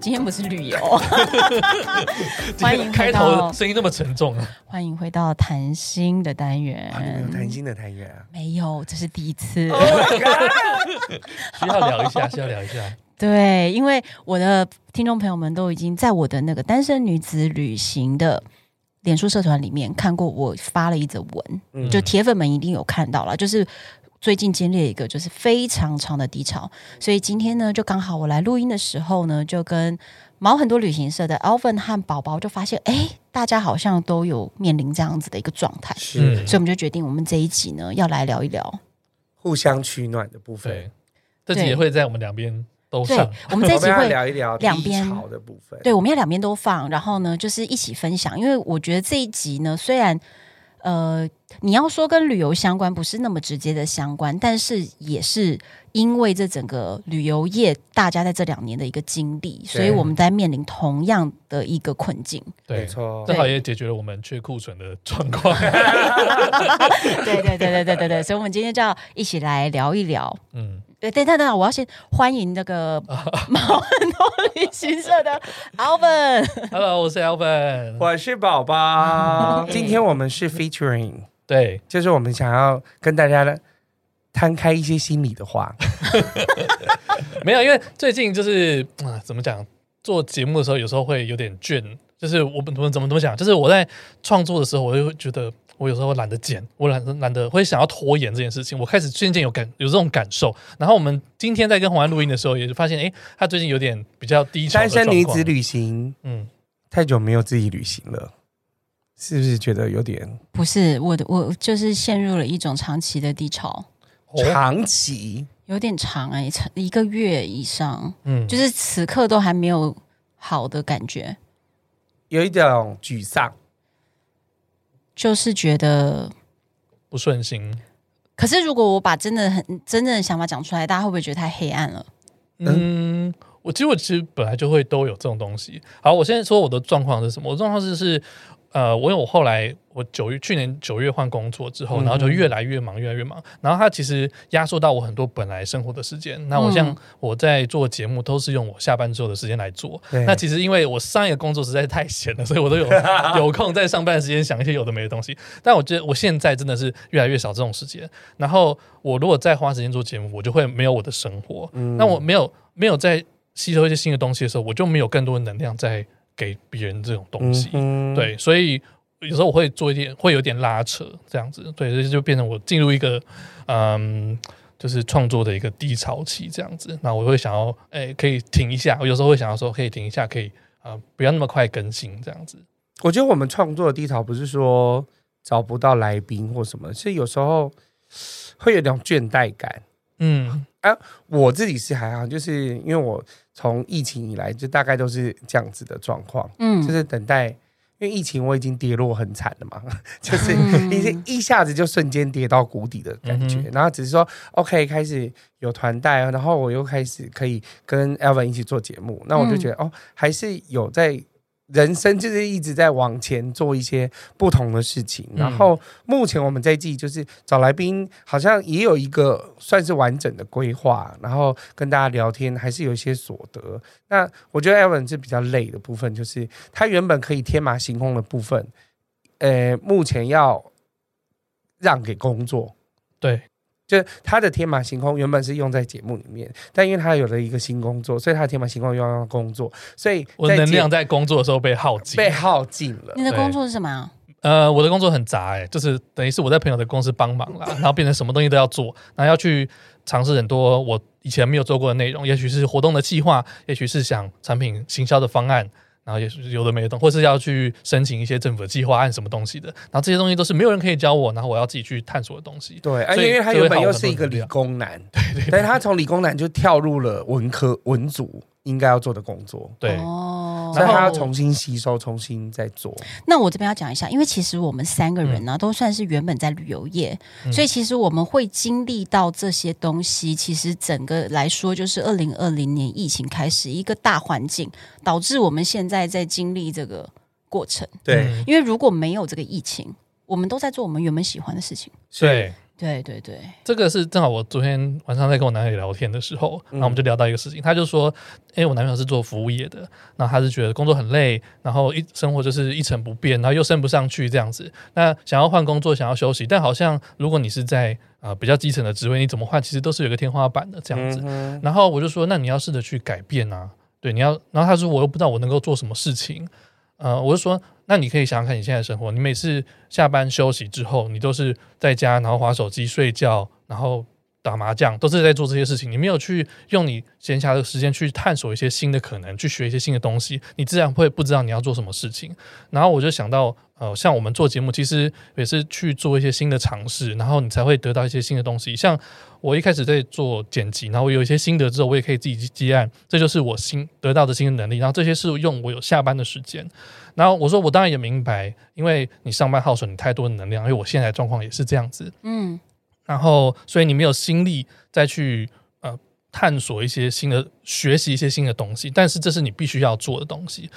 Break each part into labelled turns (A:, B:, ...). A: 今天不是旅 游，欢迎
B: 开
A: 回
B: 头
A: 到
B: 声音那么沉重啊！
A: 欢迎回到谈心的单元。
C: 啊，你们有谈心的谈啊？
A: 没有，这是第一次。
B: 哦需要聊一下，需要聊一下。
A: 对，因为我的听众朋友们都已经在我的那个单身女子旅行的脸书社团里面看过我发了一则文，
C: 嗯
A: 就铁粉们一定有看到了，就是。最近经历了一个就是非常长的低潮，所以今天呢，就刚好我来录音的时候呢，就跟毛很多旅行社的 Alvin 和宝宝就发现，哎，大家好像都有面临这样子的一个状态，
B: 嗯
C: 是
A: 所以我们就决定我们这一集呢要来聊一聊
C: 互相取暖的部分
B: 对。，这集也会在我们两边都
A: 对
B: 上。，
A: 我们这一集
C: 我们要
A: 会
C: 聊一聊
A: 两边
C: 低潮的部分。
A: 对，我们要两边都放，然后呢，就是一起分享。因为我觉得这一集呢，虽然呃，你要说跟旅游相关，不是那么直接的相关，但是也是因为这整个旅游业大家在这两年的一个经历，所以
C: 对
A: 我们在面临同样的一个困境。
C: 没
B: 对，
C: 错
B: 正，好也解决了我们缺库存的状 况。
A: 对对对对对对对，所以我们今天就要一起来聊一聊。
B: 嗯，
A: 对，等等等等，我要先欢迎那 个毛很多旅行社的 Alvin。
B: Hello，我是 Alvin。
C: 我是宝宝。
A: 嗯
C: 今天我们是 featuring，
B: 对，
C: 就是我们想要跟大家摊开一些心里的话。
B: 没有，因为最近就是啊，怎么讲，做节目的时候有时候会有点倦。就是我们怎么怎么怎么讲，就是我在创作的时候，我就会觉得我有时候懒得剪，我懒懒得会想要拖延这件事情。我开始渐渐有感有这种感受。然后我们今天在跟红安录音的时候，也就发现，哎，他最近有点比较低潮的
C: 单身
B: 状
C: 女
B: 况
C: 子旅行
B: 嗯，
C: 太久没有自己旅行了，是不是觉得有点
A: 不是我的，我就是陷入了一种长期的低潮，
B: 哦
C: 长期？
A: 有点长哎、长一个月以上，
B: 嗯，
A: 就是此刻都还没有好的感觉，
C: 有一种沮丧，
A: 就是觉得。
B: 不顺心。
A: 可是如果我把真的很真正的想法讲出来，大家会不会觉得太黑暗了？
B: 嗯，我其实我其实本来就会都有这种东西。好，我现在说我的状况是什么？我的状况是是，呃，我有后来我九月去年九月换工作之后，
C: 嗯
B: 然后就越来越忙，越来越忙。然后它其实压缩到我很多本来生活的时间。那我像
A: 嗯
B: 我在做节目，都是用我下班之后的时间来做。
C: 对
B: 那其实因为我上一个工作实在是太闲了，所以我都 有有空在上班的时间想一些有的没的东西。但我觉得我现在真的是越来越少这种时间。然后我如果再花时间做节目，我就会没有我的生活。
C: 嗯
B: 那我没有没有在吸收一些新的东西的时候，我就没有更多的能量在给别人这种东西。
C: 嗯哼，
B: 对，所以有时候我会做一点，会有点拉扯这样子。对，所以就变成我进入一个嗯。就是创作的一个低潮期这样子，那我会想要，哎、可以停一下。我有时候会想要说，可以停一下，可以啊、呃不要那么快更新这样子。
C: 我觉得我们创作的低潮不是说找不到来宾或什么，是有时候会有点倦怠感。啊
B: 嗯，
C: 我自己是还好，就是因为我从疫情以来就大概都是这样子的状况，就
A: 嗯，
C: 是等待，因为疫情我已经跌落很惨了嘛，就是
A: 嗯
C: 一些一下子就瞬间跌到谷底的感觉。
B: 嗯哼
C: 然后只是说 OK，开始有团带，然后我又开始可以跟 Elvin 一起做节目，那我就
B: 嗯
C: 觉得、哦，还是有在。人生就是一直在往前做一些不同的事情，
B: 嗯
C: 然后目前我们这一季就是找来宾，好像也有一个算是完整的规划，然后跟大家聊天，还是有一些所得。那我觉得 Evan 是比较累的部分，就是他原本可以天马行空的部分，呃，目前要让给工作，
B: 对，
C: 就是他的天马行空原本是用在节目里面，但因为他有了一个新工作，所以他的天马行空又要用到工作，所以
B: 我的
C: 在
B: 能
C: 节
B: 量在工作的时候被耗尽。
C: 被耗尽了。
A: 你的
B: 对
A: 工作是什么啊？
B: 呃，我的工作很杂哎、就是等于是我在朋友的公司帮忙啦，然后变成什么东西都要做，然后要去尝试很多我以前没有做过的内容，也许是活动的计划，也许是想产品行销的方案，然后也许是有的没的东，或是要去申请一些政府的计划案什么东西的，然后这些东西都是没有人可以教我，然后我要自己去探索的东西。
C: 对，而
B: 所以
C: 且因为他
B: 就会
C: 原本
B: 耗
C: 又
B: 很
C: 是
B: 多
C: 一个
B: 能
C: 理
B: 量
C: 工男，对对但是他从理工男就跳入了文科文组，应该要做的工作，
B: 对，
A: 哦
C: 所以他要
B: 从
C: 重新吸收，重新再做。
B: 哦
A: 那我这边要讲一下，因为其实我们三个人呢、都算是原本在旅游业，
B: 嗯
A: 所以其实我们会经历到这些东西。其实整个来说，就是二零二零年疫情开始一个大环境，导致我们现在在经历这个过程。
C: 对，
B: 嗯
A: 因为如果没有这个疫情，我们都在做我们原本喜欢的事情。
B: 对，
A: 对对对，
B: 这个是正好我昨天晚上在跟我男友聊天的时候，然
C: 嗯
B: 后我们就聊到一个事情，他就说，哎，我男朋友是做服务业的，然后他是觉得工作很累，然后一生活就是一成不变，然后又升不上去这样子，那想要换工作，想要休息，但好像如果你是在啊、呃比较基层的职位，你怎么换，其实都是有一个天花板的这样子。
C: 嗯哼
B: 然后我就说，那你要试着去改变啊，对，你要。然后他说，我又不知道我能够做什么事情，呃，我就说，那你可以想想看你现在的生活，你每次下班休息之后，你都是在家，然后划手机、睡觉，然后打麻将，都是在做这些事情，你没有去用你闲暇的时间去探索一些新的可能，去学一些新的东西，你自然会不知道你要做什么事情。然后我就想到，呃，像我们做节目，其实也是去做一些新的尝试，然后你才会得到一些新的东西。像我一开始在做剪辑，然后我有一些心得之后，我也可以自己去接案，这就是我新得到的新的能力。然后这些是用我有下班的时间。然后我说，我当然也明白，因为你上班耗损你太多的能量，因为我现在的状况也是这样子。
A: 嗯，
B: 然后所以你没有心力再去呃探索一些新的、学习一些新的东西，但是这是你必须要做的东西。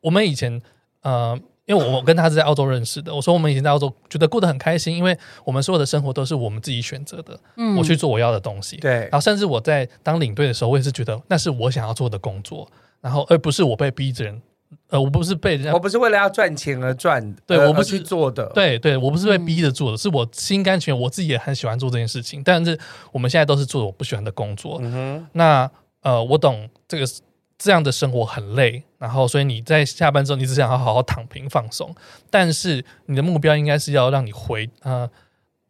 B: 我们以前呃，因为我我跟他是在澳洲认识的，我说我们以前在澳洲觉得过得很开心，因为我们所有的生活都是我们自己选择的，
A: 嗯
B: 我去做我要的东西。
C: 对
B: 然，后甚至我在当领队的时候，我也是觉得那是我想要做的工作，然后而不是我被逼着人，呃，我不是被人家
C: 我不是为了要赚钱而赚，
B: 对
C: 呃
B: 我不
C: 而
B: 是
C: 去做的，
B: 对对，我不是被
A: 嗯
B: 逼着做的，是我心甘情愿，我自己也很喜欢做这件事情。但是我们现在都是做我不喜欢的工作。
C: 嗯
B: 那呃，我懂这个这样的生活很累，然后所以你在下班之后，你只想要好好躺平放松，但是你的目标应该是要让你回呃。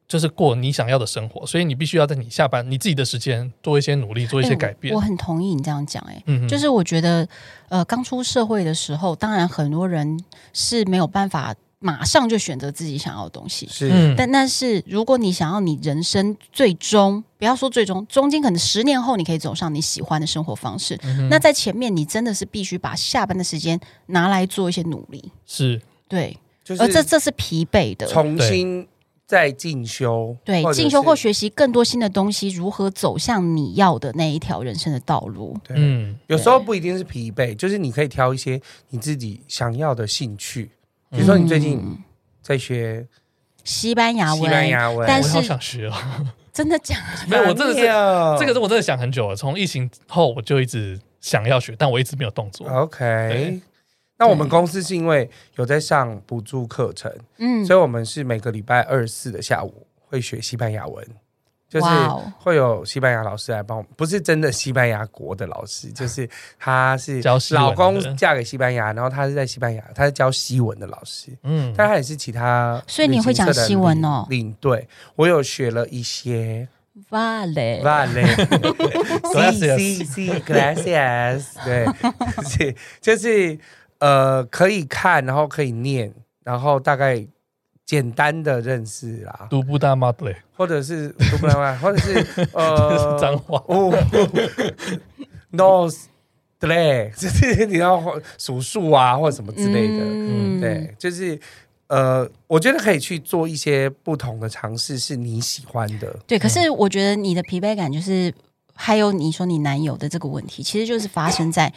B: 就是过你想要的生活，所以你必须要在你下班你自己的时间做一些努力，做一些
A: 哎
B: 改变
A: 我。我很同意你这样讲、哎。
B: 嗯哼，
A: 就是我觉得，呃，刚出社会的时候，当然很多人是没有办法马上就选择自己想要的东西
C: 哼，。是，
B: 嗯，
A: 但但是，如果你想要你人生最终，不要说最终，中间可能十年后你可以走上你喜欢的生活方式。
B: 嗯哼
A: 那在前面，你真的是必须把下班的时间拿来做一些努力，
B: 是
A: 对，
C: 就
A: 而这
C: 是
A: 这是疲惫的。
C: 重新再进修，
A: 对，
C: 者
A: 进修或
C: 是
A: 学习更多新的东西，如何走向你要的那一条人生的道路？
C: 对
B: 嗯
C: 有时候不一定是疲惫，就是你可以挑一些你自己想要的兴趣，比如说你最近
A: 嗯
C: 在学
A: 西班牙文，
C: 西班牙文，
A: 但
B: 我
A: 是
B: 好想学哦。
A: 真的假
B: 没有，我真的是
C: 是
B: 这个是我真的想很久了，从疫情后我就一直想要学，但我一直没有动作。
C: OK。那我们公司是因为有在上补助课程，
A: 嗯，
C: 所以我们是每个礼拜二四的下午会学西班牙文，就是
A: 哇哦
C: 会有西班牙老师来帮我们，不是真的西班牙国的 老师，就是他是
B: 教西文
C: 老
B: 的
C: 公嫁给西班牙，然后他是在西班牙，他是教西文的老师，
B: 嗯，
C: 但他也是其他，
A: 所以你会讲西文哦
C: 领队，我有学了一些
A: vale，
C: ，vale，c c c gracias，对， 是就是呃，可以看，然后可以念，然后大概简单的认识啦，
B: 独步大妈对，
C: 或者是读不来， 或者是
B: 这是脏
C: 呃，
B: 话。
C: 哦，no。对， 就是你要数数啊，或者什么之类的。
A: 嗯
C: 对，就是呃，我觉得可以去做一些不同的尝试，是你喜欢的。
A: 对，可
C: 嗯
A: 是我觉得你的疲惫感就是，还有你说你男友的这个问题，其实就是发生在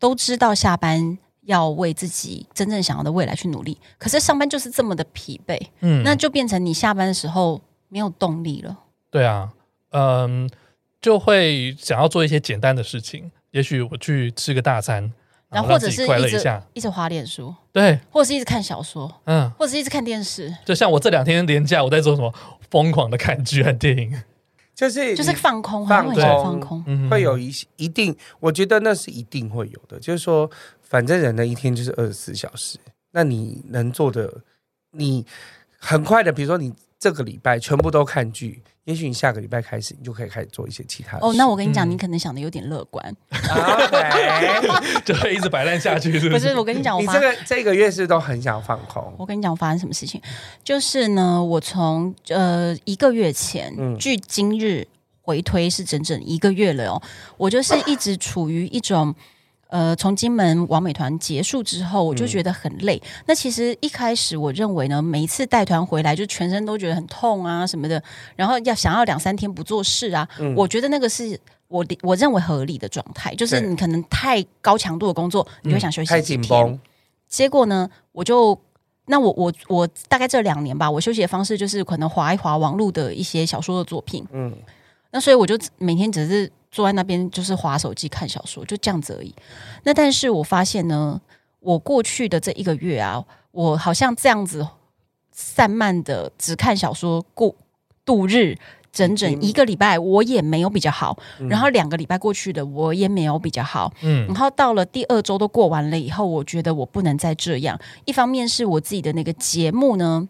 A: 都知道下班要为自己真正想要的未来去努力，可是上班就是这么的疲惫，
B: 嗯，
A: 那就变成你下班的时候没有动力了。
C: 哦
B: 对啊，嗯，就会想要做一些简单的事情，也许我去吃个大餐，
A: 然后
B: 让
A: 或者
B: 自己
A: 是
B: 快乐
A: 一
B: 一
A: 直
B: 下。
A: 一直滑脸书，
B: 对，
A: 或者是一直看小说，
B: 嗯，
A: 或者是一直看电视，
B: 就像我这两天连假，我在做什么疯狂的看剧和电影。
C: 就是
A: 就是
C: 你
A: 放空，
C: 放
A: 很想
C: 空
A: 放空。
B: 嗯，
C: 会有一些一定，我觉得那是一定会有的。就是说，反正人的一天就是二十四小时，那你能做的，你很快的，比如说你这个礼拜全部都看剧，也许你下个礼拜开始，你就可以开始做一些其他的事。
A: 哦，那我跟你讲，
B: 嗯
A: 你可能想的有点乐观，
C: OK，
B: 就会一直摆烂下去，是
A: 不
B: 是
A: 是？？我跟你讲，我
C: 你
A: 发
C: 这个这个月是都很想放空，
A: 我跟你讲发生什么事情，就是呢，我从呃一个月前，
C: 嗯
A: 距今日回推是整整一个月了哦，我就是一直处于一种。呃，从金门往美团结束之后，我
C: 嗯
A: 就觉得很累。那其实一开始我认为呢，每一次带团回来就全身都觉得很痛啊什么的，然后要想要两三天不做事啊，
C: 嗯
A: 我觉得那个是我理我认为合理的状态，就是
C: 对嗯
A: 你可能太高强度的工作，你会想休息
C: 太
A: 几
C: 紧
A: 天。
C: 绷，
A: 结果呢，我就那我我我大概这两年吧，我休息的方式就是可能划一划网络的一些小说的作品，
C: 嗯，
A: 那所以我就每天只是坐在那边就是划手机看小说，就这样子而已。那但是我发现呢，我过去的这一个月啊，我好像这样子散漫的只看小说过度日。整整一个礼拜，我也没有比较好，然后两个礼拜过去的，我也没有比较好，
B: 嗯
A: 然后到了第二周都过完了以后，我觉得我不能再这样。一方面是我自己的那个节目呢，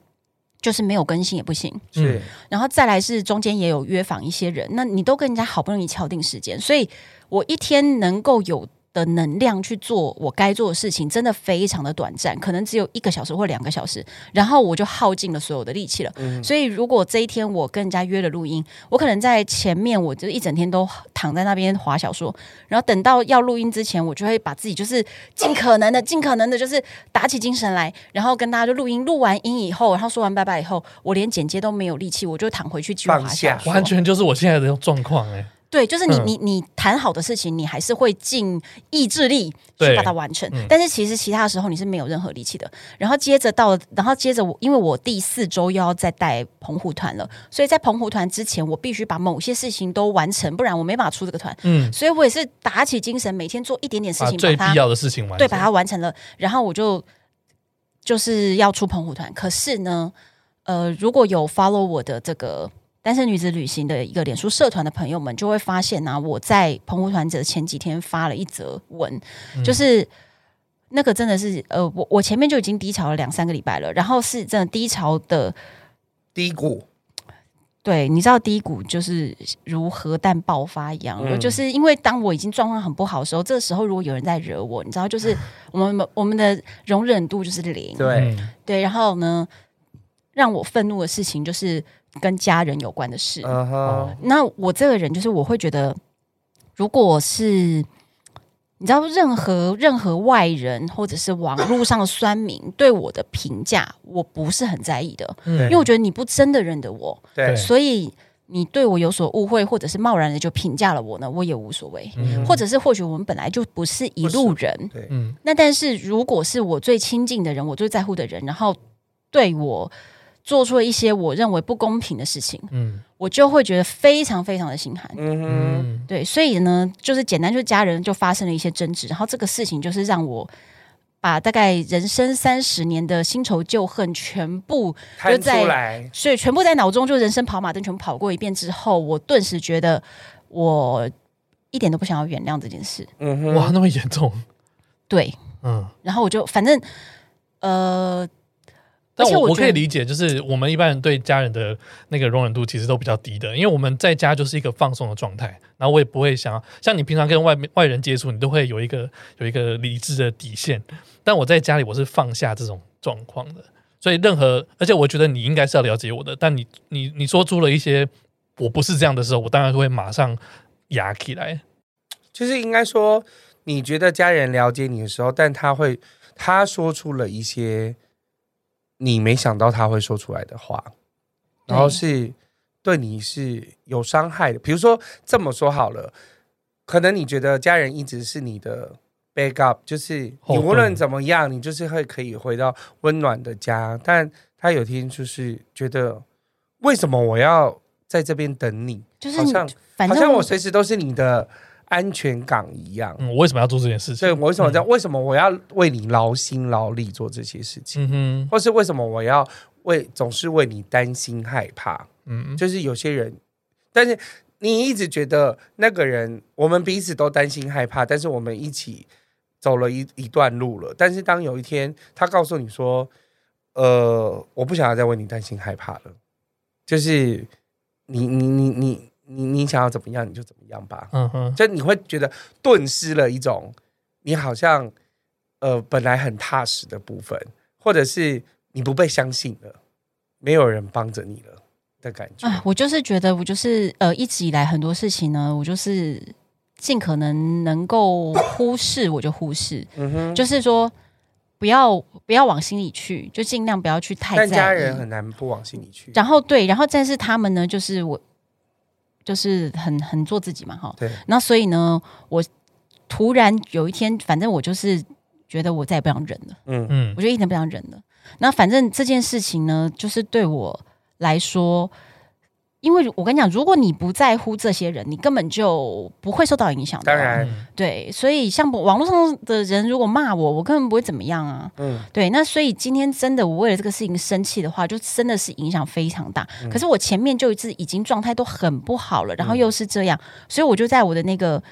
A: 就是没有更新也不行，
C: 是
A: 然后再来是中间也有约访一些人，那你都跟人家好不容易敲定时间，所以我一天能够有。的能量去做我该做的事情，真的非常的短暂，可能只有一个小时或两个小时，然后我就耗尽了所有的力气了。所以如果这一天我跟人家约了录音，我可能在前面我就一整天都躺在那边划小说，然后等到要录音之前，我就会把自己就是尽可能的、尽可能的，就是打起精神来，然后跟大家就录音。录完音以后，然后说完拜拜以后，我连剪接都没有力气，我就躺回去继续划
C: 放
A: 小
C: 下
A: 说
B: 完全就是我现在的状况哎、
A: 对，就是你、
B: 嗯
A: 你你谈好的事情，你还是会尽意志力去
B: 对
A: 把它完成
B: 嗯。
A: 但是其实其他的时候你是没有任何力气的。然后接着到了，然后接着我，因为我第四周又要再带澎湖团了，所以在澎湖团之前，我必须把某些事情都完成，不然我没办法出这个团。
B: 嗯，
A: 所以我也是打起精神，每天做一点点事
B: 把
A: 情，
B: 最
A: 把它
B: 必要的事情完
A: 对，
B: 成，
A: 把它完成了，然后我就就是要出澎湖团。可是呢，呃，如果有 follow 我的这个单身女子旅行的一个脸书社团的朋友们，就会发现呢、啊我在澎湖团的前几天发了一则文，
B: 嗯
A: 就是。那个真的是，呃，我我前面就已经低潮了两三个礼拜了，然后是真的低潮的，
C: 低谷，
A: 对，你知道低谷就是如核弹爆发一样，
C: 嗯
A: 就是因为当我已经状况很不好的时候，这时候如果有人在惹我，你知道，就是 我们我们的容忍度就是零，
C: 对，
B: 嗯
A: 对，然后呢，让我愤怒的事情就是跟家人有关的事。
C: 嗯哼，
A: 那我这个人就是我会觉得，如果是你知道任何任何外人或者是网络上的酸民对我的评价，我不是很在意的，
B: 嗯
A: 因为我觉得你不真的认得我。
C: 对
B: 对，
A: 所以你对我有所误会，或者是贸然的就评价了我呢，我也无所谓。
B: 嗯
A: 或者是或许我们本来就不是一路人，
C: 对
B: 嗯
A: 那但是如果是我最亲近的人，我最在乎的人，然后对我做出了一些我认为不公平的事情，
B: 嗯
A: 我就会觉得非常非常的心寒。
C: 嗯哼，
B: 嗯
A: 对，所以呢，就是简单，就是家人就发生了一些争执，然后这个事情就是让我把大概人生三十年的新仇旧恨全部
C: 摊出
A: 在
C: 来，
A: 所以全部在脑中就人生跑马灯全部跑过一遍之后，我顿时觉得我一点都不想要原谅这件事。
C: 嗯哼，
B: 哇，那么严重，
A: 对，
B: 嗯。
A: 然后我就反正呃，
B: 但
A: 而且
B: 我
A: 我
B: 我
A: 觉
B: 可
A: 得
B: 以理解，就是我们一般人对家人的那个容忍度其实都比较低的，因为我们在家就是一个放松的状态，然后我也不会想要像你平常跟外面外人接触，你都会有一个有一个理智的底线，但我在家里我是放下这种状况的，所以任何，而且我觉得你应该是要了解我的，但你你你说出了一些我不是这样的时候，我当然会马上压起来，
C: 就是应该说，你觉得家人了解你的时候，但他会他说出了一些你没想到他会说出来的话，
A: 对
C: 然后是对你是有伤害的。比如说这么说好了，可能你觉得家人一直是你的 backup，就是
B: 后
C: 你
B: 盾
C: 无论怎么样，你就是会可以回到温暖的家，但他有天就是觉得为什么我要在这边等你？
A: 就是
C: 好
A: 你
C: 像
A: 反
C: 好
A: 正
C: 像我随时都是你的安全港一样。
B: 嗯，我为什么要做这件事
C: 所以
B: 情？
C: 我为什么这样？为什么我要为你劳心劳力做这些事情？
B: 嗯哼，
C: 或是为什么我要为总是为你担心害怕？
B: 嗯，
C: 就是有些人，但是你一直觉得那个人，我们彼此都担心害怕，但是我们一起走了一一段路了。但是当有一天他告诉你说，呃，我不想要再为你担心害怕了，就是你你你你你你想要怎么样你就怎么样吧。
B: 嗯哼，
C: 就你会觉得顿失了一种你好像呃本来很踏实的部分，或者是你不被相信了，没有人帮着你了的感觉。
A: 啊，我就是觉得我就是呃，一直以来很多事情呢，我就是尽可能能够忽视，我就忽视，
C: 嗯哼，
A: 就是说不要不要往心里去，就尽量不要去太
C: 但
A: 在
C: 家
A: 意
C: 人很难不往心里去。
A: 然后对，然后但是他们呢，就是我就是很很做自己嘛，哈。
C: 对，
A: 那所以呢，我突然有一天，反正我就是觉得我再也不想忍了，
C: 嗯
B: 嗯
A: 我就一点不想忍了。那反正这件事情呢，就是对我来说，因为我跟你讲，如果你不在乎这些人，你根本就不会受到影响的
C: 当
A: 啊。
C: 然，
B: 嗯
A: 对，所以像网络上的人如果骂我，我根本不会怎么样啊。
C: 嗯，
A: 对，那所以今天真的我为了这个事情生气的话，就真的是影响非常大。
C: 嗯
A: 可是我前面就一直已经状态都很不好了，然后
C: 嗯
A: 又是这样，所以我就在我的那个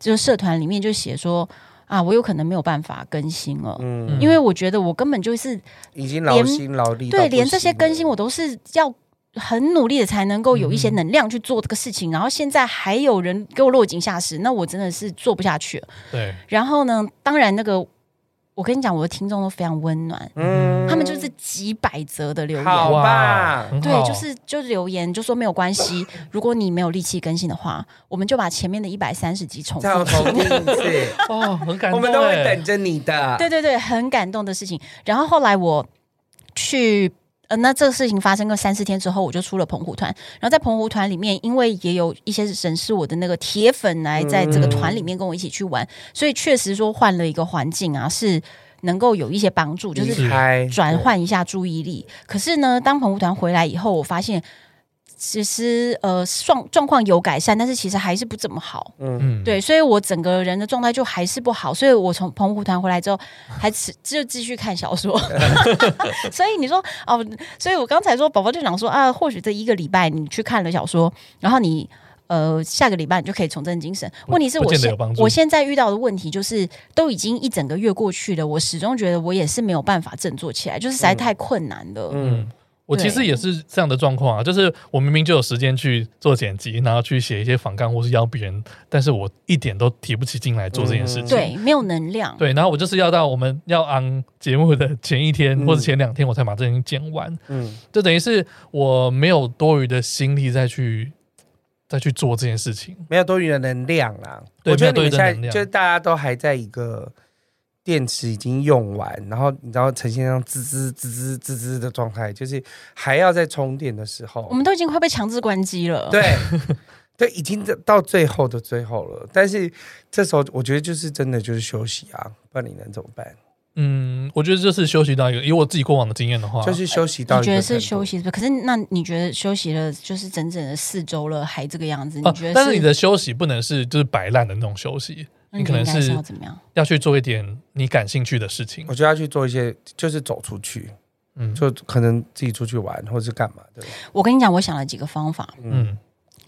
A: 就是社团里面就写说啊，我有可能没有办法更新了。
C: 嗯，
A: 因为我觉得我根本就是
C: 已经劳
A: 连
C: 心劳力到
A: 对，
C: 不
A: 连这些
C: 行
A: 更
C: 了
A: 新我都是要很努力的才能够有一些
B: 嗯
A: 能量去做这个事情，然后现在还有人给我落井下石，那我真的是做不下去了。
B: 对，
A: 然后呢，当然那个我跟你讲，我的听众都非常温暖，
C: 嗯
A: 他们就是几百则的留
C: 好
A: 言。
B: 哇
C: 吧
B: 很
A: 对
B: 好，
A: 就是就留言就说没有关系，如果你没有力气更新的话，我们就把前面的一百三十集重
C: 再
A: 复。
C: 重听一次，
B: 哦，很感动，
C: 我们都会等，着你的。
A: 对对对，很感动的事情。然后后来我去，呃，那这个事情发生个三四天之后，我就出了澎湖团。然后在澎湖团里面，因为也有一些人是我的那个铁粉来在这个团里面跟我一起去玩，所以确实说换了一个环境啊，是能够有一些帮助，就是
C: 离开
A: 转，换一下注意力。可是呢，当澎湖团回来以后，我发现其实呃状状况有改善，但是其实还是不怎么好。
C: 嗯，
B: 嗯，
A: 对，所以我整个人的状态就还是不好，所以我从澎湖团回来之后，还只就继续看小 说。 所以你说哦，所以我刚才说，宝宝就想说啊，或许这一个礼拜你去看了小说，然后你呃下个礼拜你就可以重振精神。
B: 不
A: 问题是
B: 不
A: 我
B: 见得
A: 现
B: 有帮助
A: 我现在遇到的问题就是，都已经一整个月过去了，我始终觉得我也是没有办法振作起来，就是实在太困难了。
C: 嗯
B: 嗯，我其实
A: 对
B: 也是这样的状况啊，就是我明明就有时间去做剪辑，然后去写一些访纲或是邀别人，但是我一点都提不起劲来做这件事情。
A: 嗯对，没有能量。
B: 对，然后我就是要到我们要昂节目的前一天
C: 嗯
B: 或者前两天，我才把这件事情剪完，
C: 嗯，
B: 就等于是我没有多余的心力再去再去做这件事情。
C: 没有多余的能量啦。
B: 对
C: 我觉得你们
B: 没有多余的
C: 现在
B: 能量
C: 就是大家都还在一个电池已经用完，然后你知道呈现上滋滋滋滋滋滋的状态，就是还要在充电的时候
A: 我，们都已经快被强制关机了。
C: 对。 对，已经到最后的最后了，但是这时候我觉得就是真的就是休息啊，不然你能怎么办？
B: 嗯，我觉得就是休息到一个，以我自己过往的经验的话，
C: 就是休息到
A: 你
C: 一个
A: 觉得
C: 程
A: 是
C: 度
A: 休息是不是？可是那你觉得休息了就是整整的四周了，还这个样子？
B: 啊
A: 你觉得是？
B: 但是你的休息不能是就是摆烂的那种休息，
A: 那
B: 你可能
A: 应该
B: 是
A: 要怎么样？
B: 要去做一点你感兴趣的事情
C: 我。就要去做一些，就是走出去，
B: 嗯
C: 就可能自己出去玩或是干嘛的。
A: 我跟你讲，我想了几个方法。
B: 嗯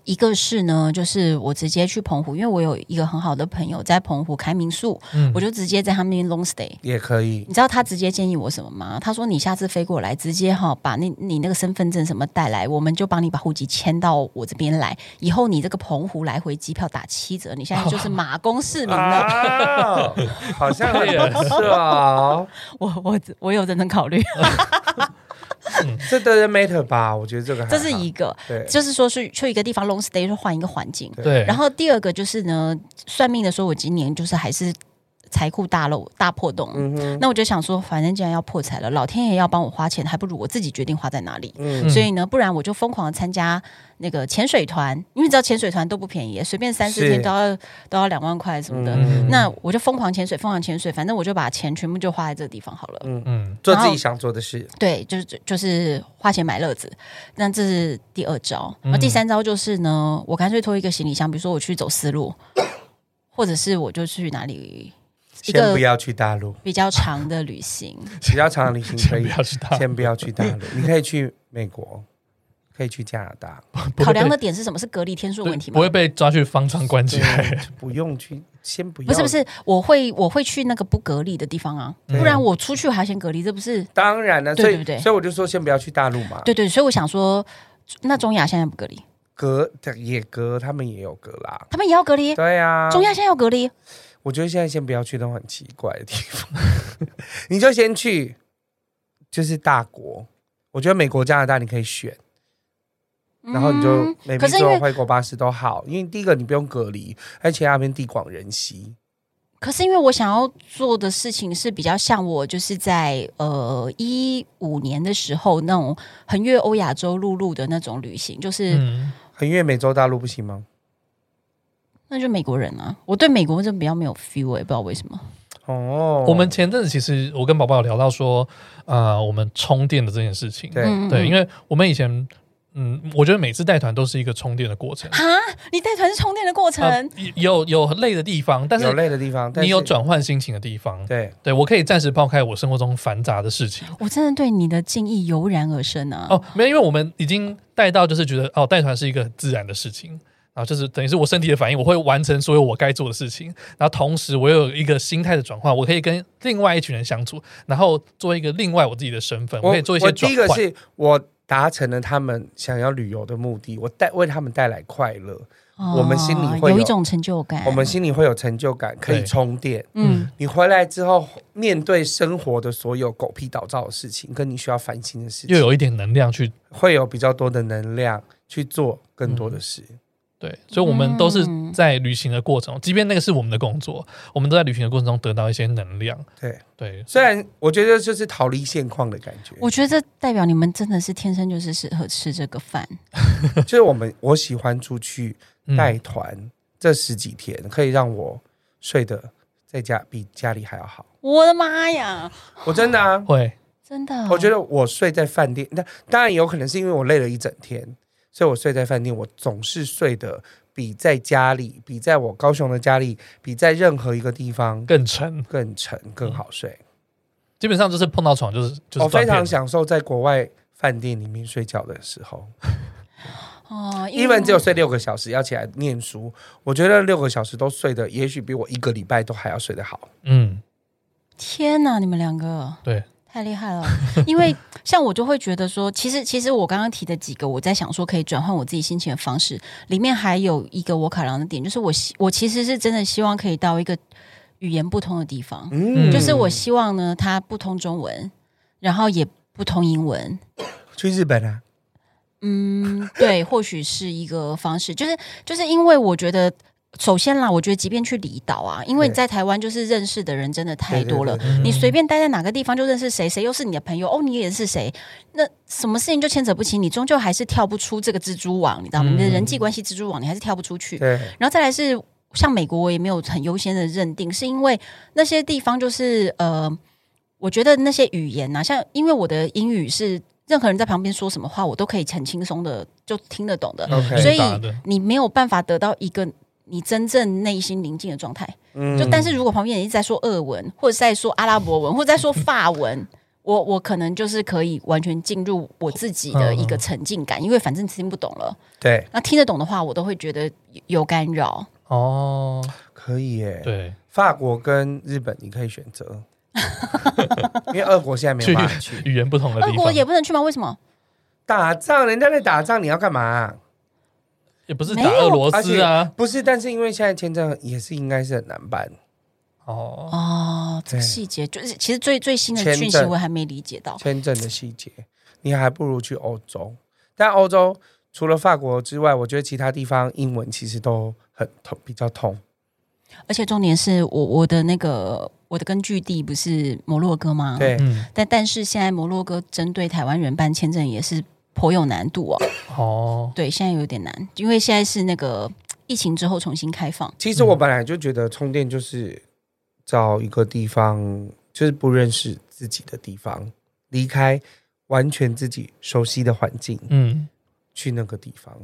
A: 一个是呢，就是我直接去澎湖，因为我有一个很好的朋友在澎湖开民宿，
B: 嗯
A: 我就直接在他们那边 long stay。
C: 也可以，
A: 你知道他直接建议我什么吗？他说：“你下次飞过来，直接哈把那你那个身份证什么带来，我们就帮你把户籍迁到我这边来。以后你这个澎湖来回机票打七折，你现在
B: 哦
A: 就是马公市民了。
C: 啊， 好像也是哦，
A: 我我我有认真考虑，
C: 这 doesn't matter 吧？我觉得这个还好
A: 这是一个。
C: 对，
A: 就是说是去一个地方 long stay 就换一个环境。
C: 嗯
B: 对，
A: 然后第二个就是呢，算命的说我今年就是还是财库大漏大破洞。
C: 嗯哼，
A: 那我就想说，反正既然要破财了，老天爷要帮我花钱，还不如我自己决定花在哪里。
C: 嗯
B: 嗯
A: 所以呢，不然我就疯狂地参加那个潜水团，因为你知道潜水团都不便宜，随便三四
C: 是
A: 天都要都要两万块什么的。
C: 嗯
A: 那我就疯狂潜水，疯狂潜水，反正我就把钱全部就花在这个地方好了。
B: 嗯
C: 做自己想做的事，
A: 对，就是就是花钱买乐子，那这是第二招。
B: 嗯
A: 那、第三招就是呢，我干脆拖一个行李箱，比如说我去走丝路，或者是我就去哪里一
C: 先
A: 个
C: 不要去大陆，
A: 比较长的旅行。
C: 比较长的旅行嗯可
B: 先不
C: 以，
B: 要去打，
C: 先不要去大陆，你可以去美国，可以去加拿大，
B: 不会被
A: 考量的点是什么？是隔离天数的问题
B: 不
A: 吗
B: 会？被抓去方舱关起来。
C: 对不用去，先不要，
A: 不是不，是，我会我会去那个不隔离的地方啊，
B: 嗯
A: 不然我出去还要先隔离，这不是？
C: 当然了，
A: 对
C: 所
A: 对
C: 以
A: 对
C: 所以我就说先不要去大陆嘛，
A: 对对，所以我想说，那中亚现在不隔离，
C: 隔也隔，他们也有隔啦，
A: 他们也要隔离，
C: 对啊，
A: 中亚现在要隔离，
C: 我觉得现在先不要去那种很奇怪的地方， 你就先去就是大国。我觉得美国、加拿大你可以选，然后你就
A: 嗯
C: 每
A: 可
C: 次
A: 是因
C: 坐
A: 为
C: 外国巴士都好，因为第一个你不用隔离，而且那边地广人稀。
A: 可是因为我想要做的事情是比较像我就是在呃一五年的时候那种横越欧亚洲陆路的那种旅行，就是、
B: 嗯，
C: 横越美洲大陆不行吗？
A: 那就美国人啊。我对美国真的比较没有 feel，我也不欸知道为什么。
C: 哦，
B: 我们前阵子其实我跟宝宝有聊到说，呃，我们充电的这件事情，
C: 对
A: 嗯
B: 对，因
A: 为
B: 为我们以前，嗯，我觉得每次带团都是一个充电的过程，
A: 哈，你带团是充电的过程，
B: 呃有有累的地方，但
C: 有
B: 是
C: 累的地方，但
B: 你有
C: 是
B: 转换心情的地方。
C: 对，
B: 对，我可以暂时抛开我生活中繁杂的事情。
A: 我真的对你的敬意油然而生啊。
B: 哦，没有，因为我们已经带到，就是觉得哦，带团是一个很自然的事情，然后就是等于是我身体的反应，我会完成所有我该做的事情，然后同时我又有一个心态的转换，我可以跟另外一群人相处，然后做一个另外我自己的身份，我可以做一些
C: 我
B: 转
C: 第一个
B: 换。
C: 是我达成了他们想要旅游的目的，我带为他们带来快乐，
A: 哦
C: 我们心里会
A: 有一
C: 有
A: 种成就感。
C: 我们心里会有成就感，可以
B: 对
C: 充电。
A: 嗯
C: 你回来之后，面对生活的所有狗屁倒灶的事情，跟你需要烦心的事
B: 又
C: 情，
B: 有一点能量去
C: 会有比较多的能量去做更多的事。
B: 嗯对，所以我们都是
A: 嗯
B: 在旅行的过程，即便那个是我们的工作，我们都在旅行的过程中得到一些能量。
C: 对，
B: 对，
C: 虽然我觉得就是逃离现况的感觉，
A: 我觉得这代表你们真的是天生就是适合吃这个饭。
C: 就是我们我喜欢出去
B: 嗯
C: 带团、这十几天，可以让我睡得在家比家里还要好。
A: 我的妈呀，
C: 我真的啊，
B: 会
A: 真的、
C: 我觉得我睡在饭店，那当然有可能是因为我累了一整天，所以我睡在饭店，我总是睡得比在家里，比在我高雄的家里，比在任何一个地方
B: 更沉，
C: 更沉、更好睡。
B: 基本上就是碰到床就是嗯就是
C: 我非常
B: 断片
C: 享受在国外饭店里面睡觉的时候
A: 哦，因为
C: ，even 只有睡六个小时，要起来念书，我觉得六个小时都睡得，也许比我一个礼拜都还要睡得好。
B: 嗯，
A: 天哪，你们两个
B: 对，
A: 太厉害了！ 因为像我就会觉得说，其实其实我刚刚提的几个，我在想说可以转换我自己心情的方式，里面还有一个我考量的点，就是我希我其实是真的希望可以到一个语言不通的地方，
C: 嗯，
A: 就是我希望呢，它不通中文，然后也不通英文，
C: 去日本啊，
A: 嗯，对，或许是一个方式，就是就是因为我觉得。首先啦，我觉得即便去离岛啊，因为
C: 对
A: 在台湾就是认识的人真的太
C: 对对
A: 多了
C: 对，对
B: 嗯
A: 你随便待在哪个地方就认识谁，谁又是你的朋友，哦，你也是谁，那什么事情就牵扯不清，你终究还是跳不出这个蜘蛛网，你知道吗？
B: 嗯
A: 你的人际关系蜘蛛网，你还是跳不出去。
C: 对
A: 然后再来是像美国，我也没有很优先的认定，是因为那些地方就是呃，我觉得那些语言呐、像因为我的英语是任何人在旁边说什么话，我都可以很轻松的就听得懂的，
B: 嗯
C: OK
A: 所以
B: 打的
A: 你没有办法得到一个你真正内心宁静的状态。
C: 嗯
A: 就但是如果旁边人一直在说俄文，或者是在说阿拉伯文，或者在说法文，我我可能就是可以完全进入我自己
C: 嗯
A: 的一个沉浸感，因为反正听不懂了。
C: 对，
A: 那听得懂的话，我都会觉得有有干扰。
B: 哦，
C: 可以耶。
B: 对，
C: 法国跟日本你可以选 择，因为俄国现在没有办法去
B: 语言不同的
A: 俄
B: 地
A: 国
B: 方
A: 也不能去吗？为什么？
C: 打仗，人家在打仗，你要干嘛、
B: 也不是
A: 没
B: 打
A: 有
B: 俄罗斯啊，
C: 不是，但是因为现在签证也是应该是很难办，
B: 哦，
A: 哦，这个
C: 对
A: 细节就是其实最最新的
C: 签
A: 讯息
C: 证
A: 我还没理解
B: 哦
A: 到。
C: 签证的细节，你还不如去欧洲。但欧洲除了法国之外，我觉得其他地方英文其实都很痛，比较痛。
A: 而且重点是我我的那个我的根据地不是摩洛哥吗？。
C: 对，
B: 嗯，
A: 但但是现在摩洛哥针对台湾人办签证也是颇有难度哦。
B: 哦，
A: 对，现在有点难，因为现在是那个疫情之后重新开放。
C: 其实我本来就觉得充电就是找一个地方，就是不认识自己的地方，离开完全自己熟悉的环境，
B: 嗯，
C: 去那个地方。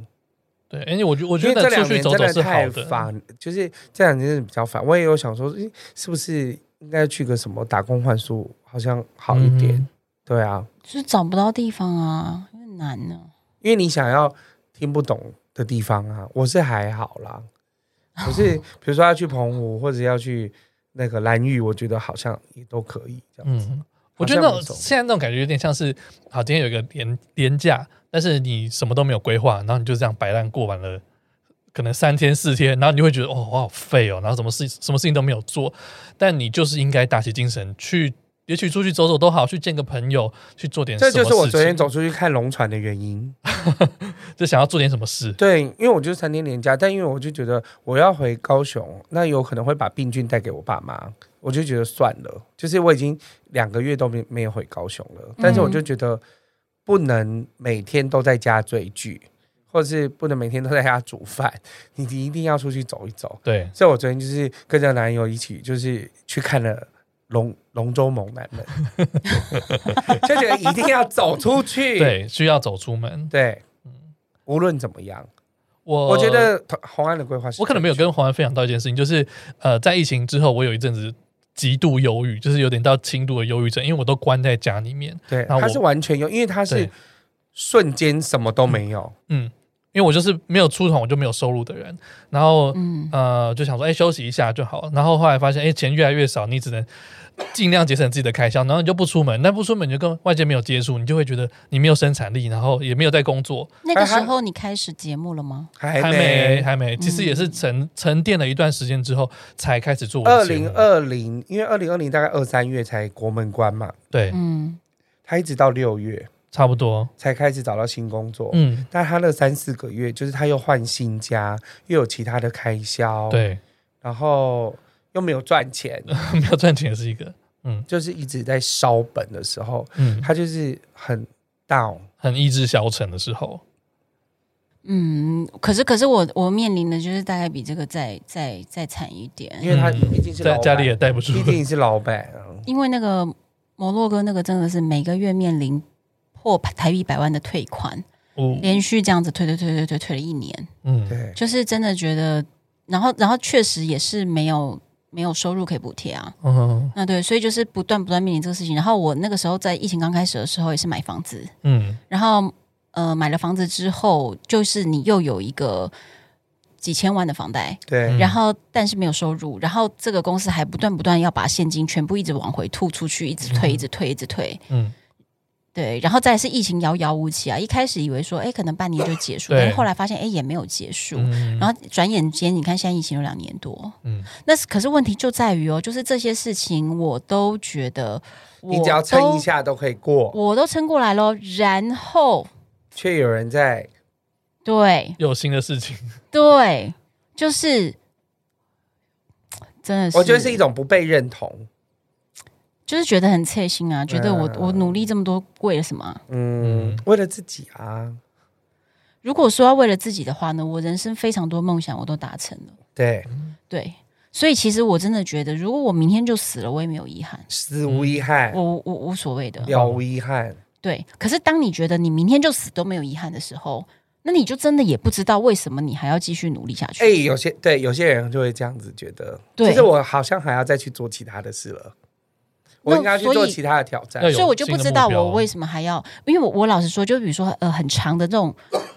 B: 对，而且我觉我
C: 因
B: 觉
C: 为
B: 得
C: 这
B: 出
C: 两
B: 去
C: 年
B: 走
C: 真
B: 走
C: 的
B: 是好
C: 太
B: 的，
C: 烦，就是这两年真的比较烦。我也有想说，诶是不是应该去个什么打工换宿，好像好一点？
B: 嗯
C: 对啊，
A: 就是找不到地方啊，因为难呢、
C: 因为你想要听不懂的地方啊，我是还好啦。可 是比如说要去澎湖或者要去那个蓝屿，我觉得好像也都可以这样子。
B: 嗯。我觉得那
C: 好
B: 种
C: 像没什么
B: 现在那种感觉有点像是，好，今天有一个廉廉价，但是你什么都没有规划，然后你就这样摆烂过完了，可能三天四天，然后你就会觉得哦，我好废哦，然后什么事什么事情都没有做，但你就是应该打起精神去，也许出去走走嗯都好，去见个朋友，去做点什
C: 这
B: 么事情。
C: 就是我昨天走出去看龙船的原因。
B: 就想要做点什么事。
C: 对，因为我就是三天连假，但因为我就觉得我要回高雄，那有可能会把病菌带给我爸妈，我就觉得算了，就是我已经两个月都没没有回高雄了，但是我就觉得不能每天都在家追剧，或者是不能每天都在家煮饭，你你一定要出去走一走。
B: 对，
C: 所以我昨天就是跟着男友一起，就是去看了。龙龙舟猛男人， 就觉得一定要走出去。
B: 对，需要走出门。
C: 对，无论怎么样，
B: 我
C: 我觉得红安的规划是，
B: 哦我可能没有跟黄安分享到一件事情，就是呃，在疫情之后，我有一阵子极度忧郁，就是有点到轻度的忧郁症，因为我都关在家里面。
C: 对，
B: 那我
C: 他是完全有，因为他是
B: 对，
C: 瞬间什么都没有，
B: 嗯，因为我就是没有出团我就没有收入的人，然后
A: 嗯，
B: 呃就想说，哎、休息一下就好。然后后来发现，哎、钱越来越少，你只能尽量节省自己的开销，然后你就不出门。那不出门，你就跟外界没有接触，你就会觉得你没有生产力，然后也没有在工作，
A: 那个
C: 哎还
A: 时候你开始节目了吗？
C: 还
B: 还没
C: 没。嗯
B: 还没。其实也是沉、沉淀了一段时间之后，才开始做我的
C: 二
B: 节目
C: 零二零，因为二零二零大概二三月才国门关嘛，
B: 对，
A: 嗯，
C: 他一直到六月
B: 差不多。
C: 才开始找到新工作。
B: 嗯，
C: 但他那三四个月，就是他又换新家，又有其他的开销，，
B: 对。
C: 然后又没有赚钱，
B: 没有赚钱也是一个，嗯
C: 就是一直在烧本的时候，
B: 嗯，
C: 他就是很 down。
B: 很意志消沉的时候，
A: 嗯，可是可是我我面临的就是大概比这个再再再惨一点，
C: 因为他
B: 嗯
C: 毕竟是老
B: 在
C: 板
B: 家里也待不住，
C: 毕竟是老板啊，
A: 因为那个摩洛哥那个真的是每个月面临破台币百万的退款，
B: 我
A: 连续这样子退退退退退退了一年，
B: 嗯
C: 对，
A: 就是真的觉得，然后然后确实也是没有没有收入可以补贴啊，
B: 嗯
A: 那对，所以就是不断不断面临这个事情。然后我那个时候在疫情刚开始的时候也是买房子，
B: 嗯
A: 然后呃买了房子之后，就是你又有一个几千万的房贷，
C: 对，
B: 嗯
A: 然后但是没有收入，然后这个公司还不断不断要把现金全部一直往回吐出去，一直退，一直退，一直退。
B: 嗯，
A: 对，然后再来是疫情遥遥无期啊！一开始以为说，哎，可能半年就结束，
B: 对
A: 但是后来发现，哎，也没有结束。
B: 嗯
A: 然后转眼间，你看现在疫情有两年多，
B: 嗯
A: 那是可是问题就在于哦，就是这些事情我都觉得我
C: 你只要撑一
A: 都
C: 下都可以过，
A: 我都撑过来咯，然后
C: 却有人在
A: 对
B: 又有新的事情，
A: 对，就是真的是，
C: 我觉得是一种不被认同。
A: 就是觉得很刺心啊，觉得我、
C: 嗯
A: 我努力这么多为了什么啊、
C: 嗯，
B: 嗯
C: 为了自己啊，
A: 如果说要为了自己的话呢，我人生非常多梦想我都达成了，
C: 对，
A: 对，所以其实我真的觉得，如果我明天就死了，我也没有遗憾，
C: 死无遗憾，
A: 我我我无所谓的，
C: 了无遗憾。
A: 对，可是当你觉得你明天就死都没有遗憾的时候，那你就真的也不知道为什么你还要继续努力下去。
C: 哎，有些对有些人就会这样子觉得，
A: 对
C: 其实我好像还要再去做其他的事了，我应该去
A: 所以
C: 做其他的挑战
B: 哎要。有
A: 所以我就不知道
B: 新的目标啊
A: 我为什么还要，因为我我老实说，就比如说呃很长的这种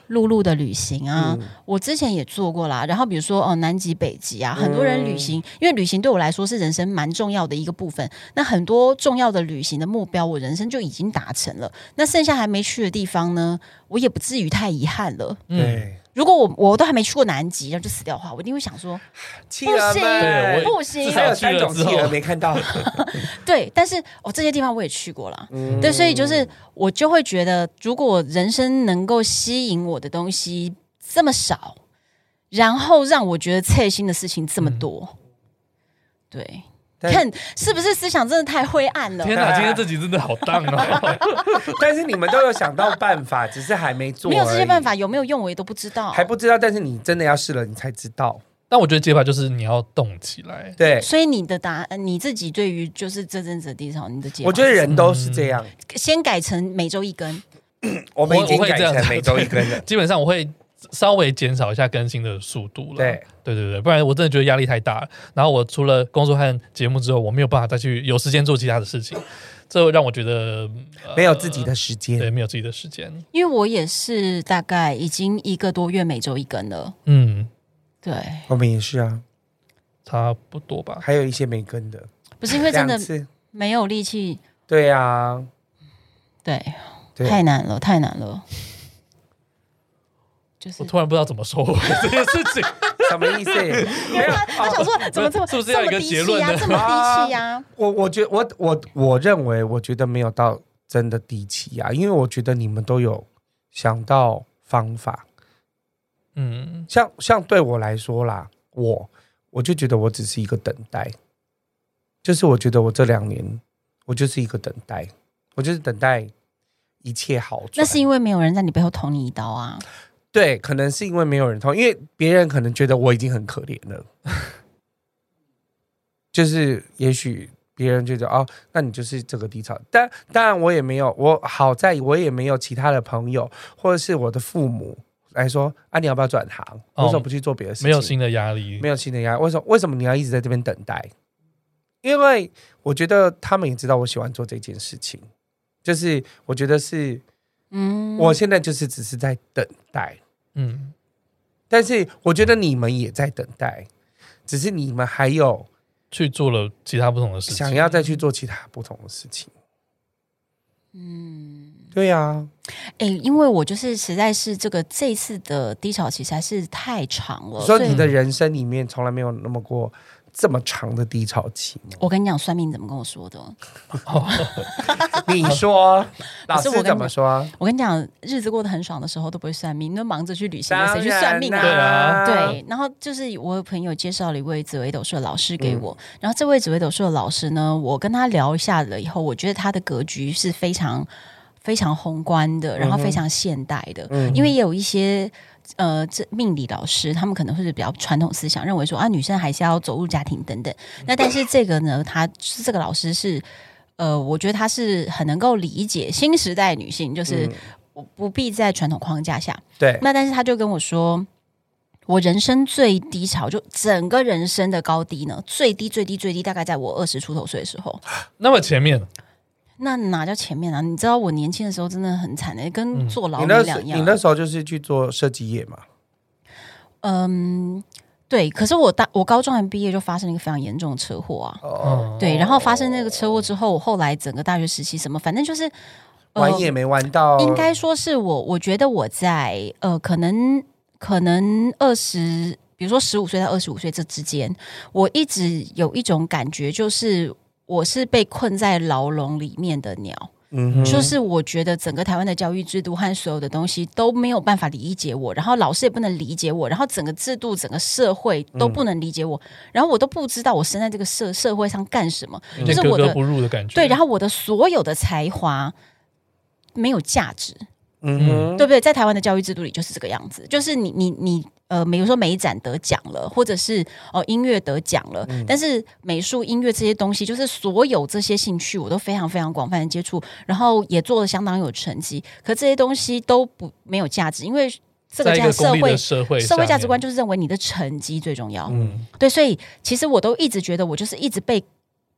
A: 陆路的旅行啊，
B: 嗯
A: 我之前也做过啦。然后比如说哦、南极、北极啊，很多人旅
B: 嗯
A: 行，因为旅行对我来说是人生蛮重要的一个部分。那很多重要的旅行的目标，我人生就已经达成了。那剩下还没去的地方呢，我也不至于太遗憾了。
B: 嗯，
C: 对，
A: 如果我我都还没去过南极，然后就死掉的话，我一定会想说，
C: 企
A: 不
C: 鹅
A: 行
B: 对
C: 们，
A: 不
B: 至
A: 行，
B: 少
C: 还有三种
B: 去
C: 企
B: 了之
C: 鹅
B: 后
C: 没看到。
A: 对，但是哦，这些地方我也去过啦。
C: 嗯
A: 对，所以就是我就会觉得，如果人生能够吸引我的东西这么少，然后让我觉得刺心的事情这么多，对，
C: 嗯但
A: 看是不是思想真的太灰暗了？
B: 天哪，今天这集真的好荡哦，
C: 但是你们都有想到办法，只是还没做，
A: 没有这些办，法有没有用，我也都不知道。
C: 还不知道。但是你真的要试了，你才知道。
B: 但我觉得解法就是你要动起来，
C: 对，
A: 所以你的答案，你自己对于就是这阵子的低潮，你的解法是，
C: 我觉得人都是
B: 嗯
C: 这样，
A: 先改成每周一根，
C: 我们已经
B: 我会
C: 改
B: 这样
C: 成
B: 子
C: 每周一 根了。
B: 基本上我会稍微减少一下更新的速度了，
C: 对，
B: 对对对，不然我真的觉得压力太大了。然后我除了工作和节目之后，我没有办法再去有时间做其他的事情，这让我觉得、呃
C: 没有自己的时间
B: 对，没有自己的时间，
A: 因为我也是大概已经一个多月每周一根了。
B: 嗯，
A: 对，
C: 我们也是啊，
B: 差不多吧。
C: 还有一些没跟的，
A: 不是因为真的
C: 两次
A: 没有力气，
C: 对啊，
A: 对，
C: 对
A: 太难了，太难了。就是
B: 我突然不知道怎么收尾这件事情。
C: 什么 意思？没有
A: 他，他想说怎么这么
B: 是不是
A: 这
B: 要
A: 么
B: 有一个
A: 低
B: 结
A: 气
B: 论
A: 压，
B: 呢
A: 这么低气啊压？
C: 哦我我觉我我我认为，我觉得没有啊到真的低气压，因为我觉得你们都有想到方法，
B: 嗯，
C: 像像对我来说啦，我我就觉得我只是一个等待，就是我觉得我这两年我就是一个等待，我就是等待一切好
A: 那
C: 转。
A: 是因为没有人在你背后捅你一刀啊。
C: 对，可能是因为没有人痛，因为别人可能觉得我已经很可怜 了，就是也许别人觉得哦，那你就是这个低潮。但当然我也没有，我好在我也没有其他的朋友或者是我的父母来说啊，你要不要转行？
B: 哦
C: 为什么不去做别的事情？
B: 没有新的压力，
C: 没有新的压力，为什么？为什么你要一直在这边等待？因为我觉得他们也知道我喜欢做这件事情，就是我觉得是
A: 嗯，
C: 我现在就是只是在等待。
B: 嗯，
C: 但是我觉得你们也在等待，只是你们还有
B: 去做了其他不同的事情，
C: 想要再去做其他不同的事情。
A: 嗯，
C: 对啊，
A: 哎、因为我就是实在是这个这一次的低潮期实在是太长了，
C: 所
A: 所
C: 以你
A: 以
C: 的人生里面从来没有那么过这么长的低潮期 吗
A: 我跟你讲，算命怎么跟我说的？
C: 你说，老
A: 可是我
C: 师
A: 跟
C: 怎么
A: 你
C: 说？
A: 我跟你讲，日子过得很爽的时候都不会算命，那忙着去旅行
C: 当
A: 的
C: 然
A: 谁去算命啊？
C: 啦
A: 对，然后就是我有朋友介绍了一位紫微斗数的老师给
C: 嗯
A: 我，然后这位紫微斗数的老师呢，我跟他聊一下了以后，我觉得他的格局是非常非常宏观的，然后非常现代的，
C: 嗯
A: 因为也有一些。呃，这命理老师他们可能会是比较传统思想，认为说啊，女生还是要走入家庭等等。那但是这个呢，他是这个老师是，呃，我觉得他是很能够理解新时代女性，就是
C: 嗯
A: 我不必在传统框架下，
C: 对，
A: 那但是他就跟我说，我人生最低潮，就整个人生的高低呢，最低最低最低，大概在我二十出头岁的时候。
B: 那么前面
A: 那哪叫前面啊？你知道我年轻的时候真的很惨的、欸跟
B: 嗯
A: 坐牢
C: 你
A: 女
C: 那时
A: 两
C: 你
A: 样。
C: 那时候就是去做设计业嘛？
A: 嗯，对。可是我大我高中还毕业就发生了一个非常严重的车祸啊。
C: 哦，
A: 对，然后发生那个车祸之后，我后来整个大学时期什么，反正就是呃
C: 玩也没玩到，
A: 应该说是我，我觉得我在呃，可能可能二十，比如说十五岁到二十五岁这之间，我一直有一种感觉，就是我是被困在牢笼里面的鸟。
C: 嗯哼，
A: 就是我觉得整个台湾的教育制度和所有的东西都没有办法理解我，然后老师也不能理解我，然后整个制度、整个社会都
C: 嗯
A: 不能理解我，然后我都不知道我生在这个社社会上干什么，
B: 有
A: 就
B: 点
A: 是
B: 格
A: 我的
B: 格不入的感觉，
A: 对，然后我的所有的才华没有价值。
C: 嗯哼，
A: 对不对？在台湾的教育制度里就是这个样子，就是你你你呃，比如说美展得奖了，或者是哦、呃音乐得奖了，
B: 嗯
A: 但是美术、音乐这些东西，就是所有这些兴趣我都非常非常广泛的接触，然后也做的相当有成绩，可这些东西都不没有价值，因为这
B: 在一
A: 价
B: 个
A: 社
B: 功利
A: 会
B: 的。社会
A: 社会价值观
B: 就
A: 就是认为你的成绩最重要，
B: 嗯
A: 对，所以其实我都一直觉得我就是一直被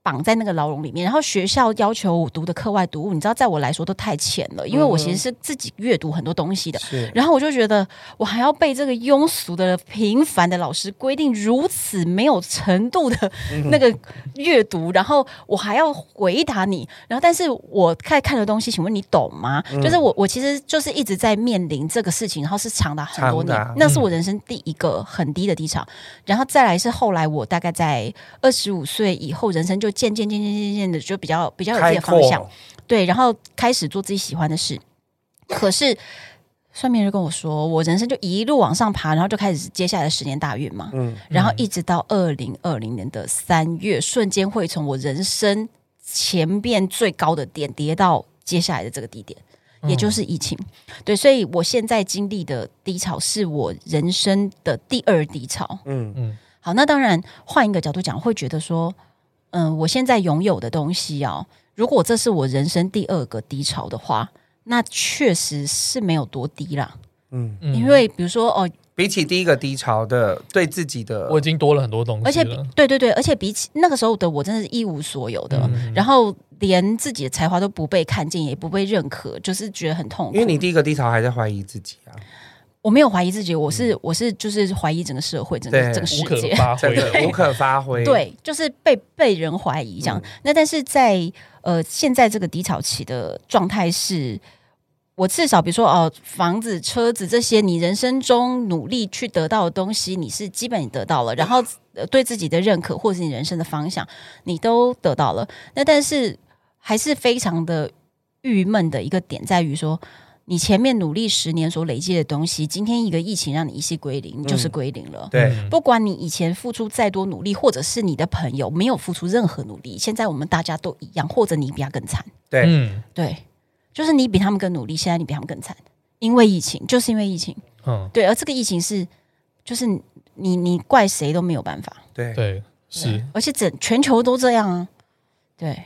A: 绑在那个牢笼里面，然后学校要求我读的课外读物，你知道，在我来说都太浅了，因为我其实是自己阅读很多东西的，
C: 是
A: 然后我就觉得，我还要被这个庸俗的、平凡的老师规定如此没有程度的
C: 嗯
A: 那个阅读，然后我还要回答你，然后但是我看看的东西，请问你懂吗？
C: 嗯
A: 就是我，我其实就是一直在面临这个事情，然后是长达很多
C: 长
A: 年
C: 达，嗯
A: 那是我人生第一个很低的低潮，然后再来是后来我大概在二十五岁以后，人生就渐渐渐渐渐渐的就比较比较有自己的
C: 开
A: 方向，
C: 阔，
A: 对，然后开始做自己喜欢的事。可是算命人跟我说，我人生就一路往上爬，然后就开始接下来的十年大运嘛，
C: 嗯，
A: 然后一直到二零二零年的三月，瞬间会从我人生前面最高的点跌到接下来的这个低点。也就是疫情，对，所以我现在经历的低潮是我人生的第二低潮。
C: 嗯
B: 嗯
A: 好，那当然换一个角度讲，会觉得说，嗯、我现在拥有的东西哦，如果这是我人生第二个低潮的话，那确实是没有多低啦。
C: 嗯，
B: 嗯
A: 因为比如说哦，
C: 比起第一个低潮的对自己的，
B: 我已经多了很多东西了，
A: 而且比对对对，而且比起那个时候的我，真的是一无所有的，
B: 嗯
A: 然后连自己的才华都不被看见，也不被认可，就是觉得很痛苦。
C: 因为你第一个低潮还在怀疑自己啊，
A: 我没有怀疑自己，我是、我是就是怀疑整个社会，整个
C: 对
A: 整个世
B: 无可
A: 界。
B: 发
C: 真
B: 挥
C: 的
B: 的，
C: 无可发挥。，
A: 对，就是被被人怀疑这样。那但是在呃现在这个低潮期的状态是。我至少，比如说哦，房子、车子这些，你人生中努力去得到的东西，你是基本你得到了，然后呃对自己的认可，或者是你人生的方向，你都得到了。那但是还是非常的郁闷的一个点在于说，你前面努力十年所累积的东西，今天一个疫情让你一夕归零，你就是归零了。
C: 对，
B: 嗯
A: 不管你以前付出再多努力，或者是你的朋友没有付出任何努力，现在我们大家都一样，或者你比他更惨。
C: 对
B: 嗯
A: 对，就是你比他们更努力，现在你比他们更惨，因为疫情，就是因为疫情。
B: 嗯，
A: 对，而这个疫情是，就是你你怪谁都没有办法，
C: 哎对，
B: 对，是
A: 对，而且整全球都这样啊，对，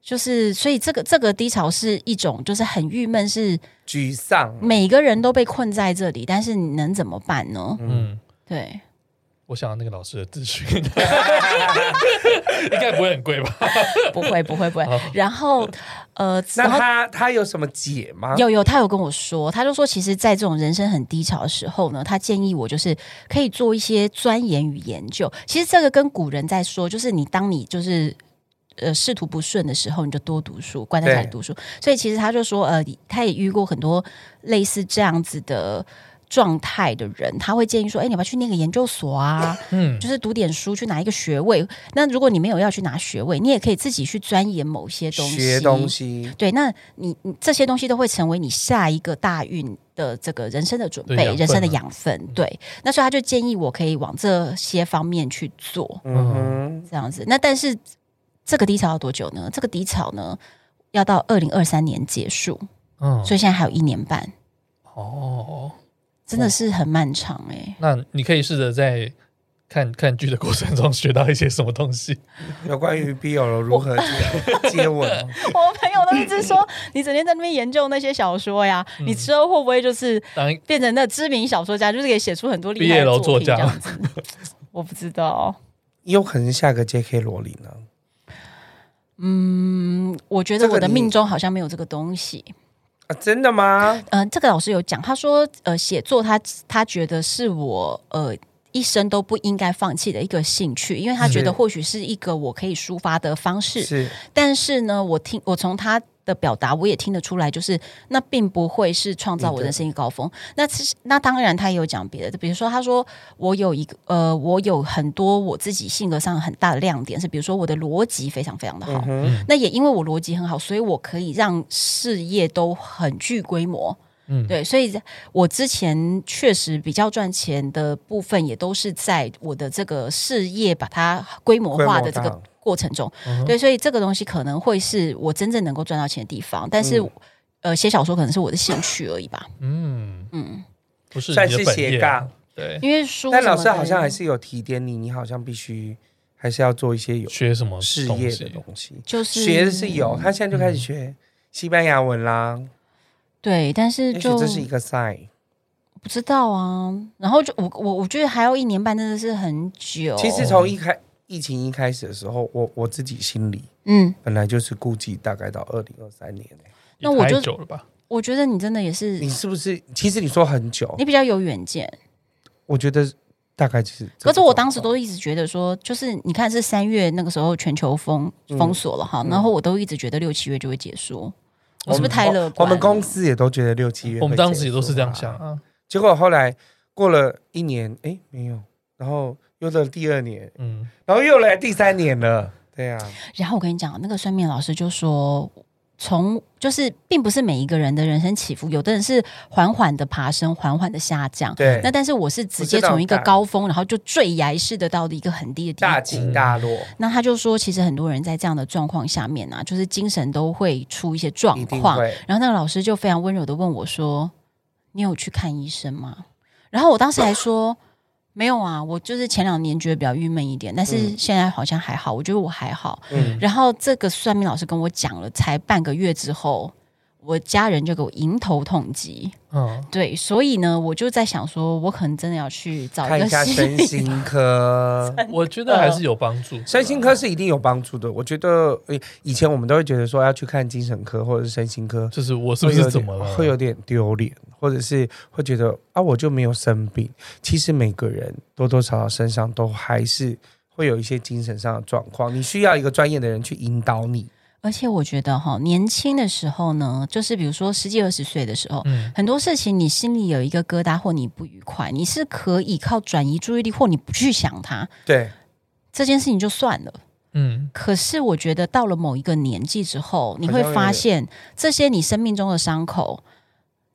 A: 就是所以这个这个低潮是一种就是很郁闷，是
C: 沮丧，
A: 每个人都被困在这里，但是你能怎么办呢？
B: 嗯。
A: 对，
B: 我想要那个老师的咨 询， 应该不会很贵吧？
A: 不会不会不
B: 好
A: 会，然后呃，
C: 那
A: 然后
C: 他他有什么解吗？
A: 有有，他有跟我说，他就说，其实，在这种人生很低潮的时候呢，他建议我就是可以做一些钻研与研究。其实这个跟古人在说，就是你当你就是。呃，仕途不顺的时候，你就多读书，关在家里
C: 对
A: 读书。所以其实他就说，呃，他也遇过很多类似这样子的状态的人，他会建议说，哎、你要不要去念个研究所啊？
B: 嗯，
A: 就是读点书，去拿一个学位。那如果你没有要去拿学位，你也可以自己去钻研某些东西。
C: 学东西，
A: 对，那你你这些东西都会成为你下一个大运的这个人生的准
B: 对
A: 备
B: 养，
A: 人生的
B: 分啊
A: 养分。对，那所以他就建议我可以往这些方面去做，
C: 嗯哼，
A: 这样子。那但是这个低潮要多久呢？这个低潮呢，要到二零二三年结束，
B: 嗯，
A: 所以现在还有一年半，
B: 哦，
A: 真的是很漫长哎、
B: 那你可以试着在看看剧的过程中学到一些什么东 西。
C: 有关于 BL 如何 接接吻，
A: 我朋友都一直说，你整天在那边研究那些小说呀，
B: 嗯
A: 你之后会不会就是
B: 当然
A: 变成那知名小说家，就是可以写出很多厉
B: 毕
A: 害
B: 业
A: 的
B: 楼
A: 作
B: 作
A: 品
B: 家
A: 这样子？ 我不知道。
C: 有可能是下个 J.K. 罗琳啊呢？
A: 嗯，我觉得
C: 这个
A: 我的
C: 你
A: 命中好像没有这个东西。
C: 啊，真的吗？
A: 嗯、这个老师有讲，他说，呃，写作他他觉得是我呃一生都不应该放弃的一个兴趣，因为他觉
C: 是
A: 得或许是一个我可以抒发的方式。
C: 嗯是，
A: 但是呢，我听我从他的表达，我也听得出来，就是那并不会是创造我人生一个高峰。那其实那当然，他也有讲别的，比如说他说我有一个呃，我有很多我自己性格上很大的亮点是，比如说我的逻辑非常非常的好。
C: 嗯哼，
A: 那也因为我逻辑很好，所以我可以让事业都很具规模。
B: 嗯
A: 对，所以我之前确实比较赚钱的部分，也都是在我的这个事业把它规模化的这
C: 规模
A: 个
C: 化
A: 过程中。
B: 嗯哼
A: 对，所以这个东西可能会是我真正能够赚到钱的地方，但是、
C: 嗯
A: 呃，写小说可能是我的兴趣而已吧。
B: 嗯，
A: 嗯，
B: 不是
C: 算
B: 你
C: 是
B: 的本
C: 斜
B: 业，啊
C: 杠。
B: 对，
A: 因为书
C: 但
A: 什
C: 老
A: 么
C: 师
A: 的
C: 好像还是有提点你，你好像必须还是要做一些有
B: 学什么
C: 事
B: 东
C: 业的
B: 西？
C: 东西。
A: 就是
C: 学的是有，他现在就开始学西班牙文啦。
A: 对，但是
C: 也许
A: 就哦
C: 这是一个 sign。
A: 不知道啊。然后就我我我觉得还要一年半，真的是很久。
C: 其实从一开疫情一开始的时候，我我自己心里
A: 嗯，
C: 本来就是估计大概到二零二三年、欸、
A: 那我就
B: 也太久了吧？
A: 我觉得你真的也是
C: 你，是不是？其实你说很久
A: 你，比较有远见。
C: 我觉得大概就是这个
A: 可
C: 状况。
A: 是我当时都一直觉得说，就是你看是三月那个时候全球封
C: 嗯
A: 封锁了哈，然后我都一直觉得六七月就会结束，我是不是太乐观了
C: 我们公司也都觉得六七月，
B: 我们当时也都是这样想。啊。
C: 结果后来过了一年，哎、没有，然后又到第二年，
B: 嗯，
C: 然后又来第三年了。对啊，
A: 然后我跟你讲，那个算命老师就说，从就是并不是每一个人的人生起伏，有的人是缓缓的爬升，缓缓的下降。
C: 对
A: 那，但是我是直接
C: 我知道
A: 从一个
C: 大
A: 高峰，然后就坠崖式的到了一个很低的低
C: 大
A: 谷。
C: 起大落，
A: 那他就说，其实很多人在这样的状况下面啊，就是精神都会出一些状
C: 一定
A: 况。
C: 会。
A: 然后那个老师就非常温柔的问我说：“你有去看医生吗？”然后我当时还说：“没有啊，我就是前两年觉得比较郁闷一点，但是现在好像还好，我觉得我还好。”
C: 嗯，
A: 然后这个算命老师跟我讲了，才半个月之后，我家人就给我迎头痛击。
B: 嗯，
A: 对，所以呢，我就在想说，我可能真的要去找一
C: 看
A: 个
C: 一下
A: 心
C: 身
A: 理
C: 心科。
B: 我觉得还是有帮助。
C: 身心科是一定有帮助的，我觉得呃以前我们都会觉得说要去看精神科或者是身心科，
B: 就是我是不是怎么了？
C: 会有点丢脸，或者是会觉得啊，我就没有生病。其实每个人多多少少身上都还是会有一些精神上的状况，你需要一个专业的人去引导你。
A: 而且我觉得哈，年轻的时候呢，就是比如说十几二十岁的时候，
B: 嗯
A: 很多事情你心里有一个疙瘩或你不愉快，你是可以靠转移注意力或你不去想它
C: 对，
A: 这件事情就算了。
B: 嗯，
A: 可是我觉得到了某一个年纪之后，你会
C: 好像有
A: 发
C: 点
A: 现这些你生命中的伤口，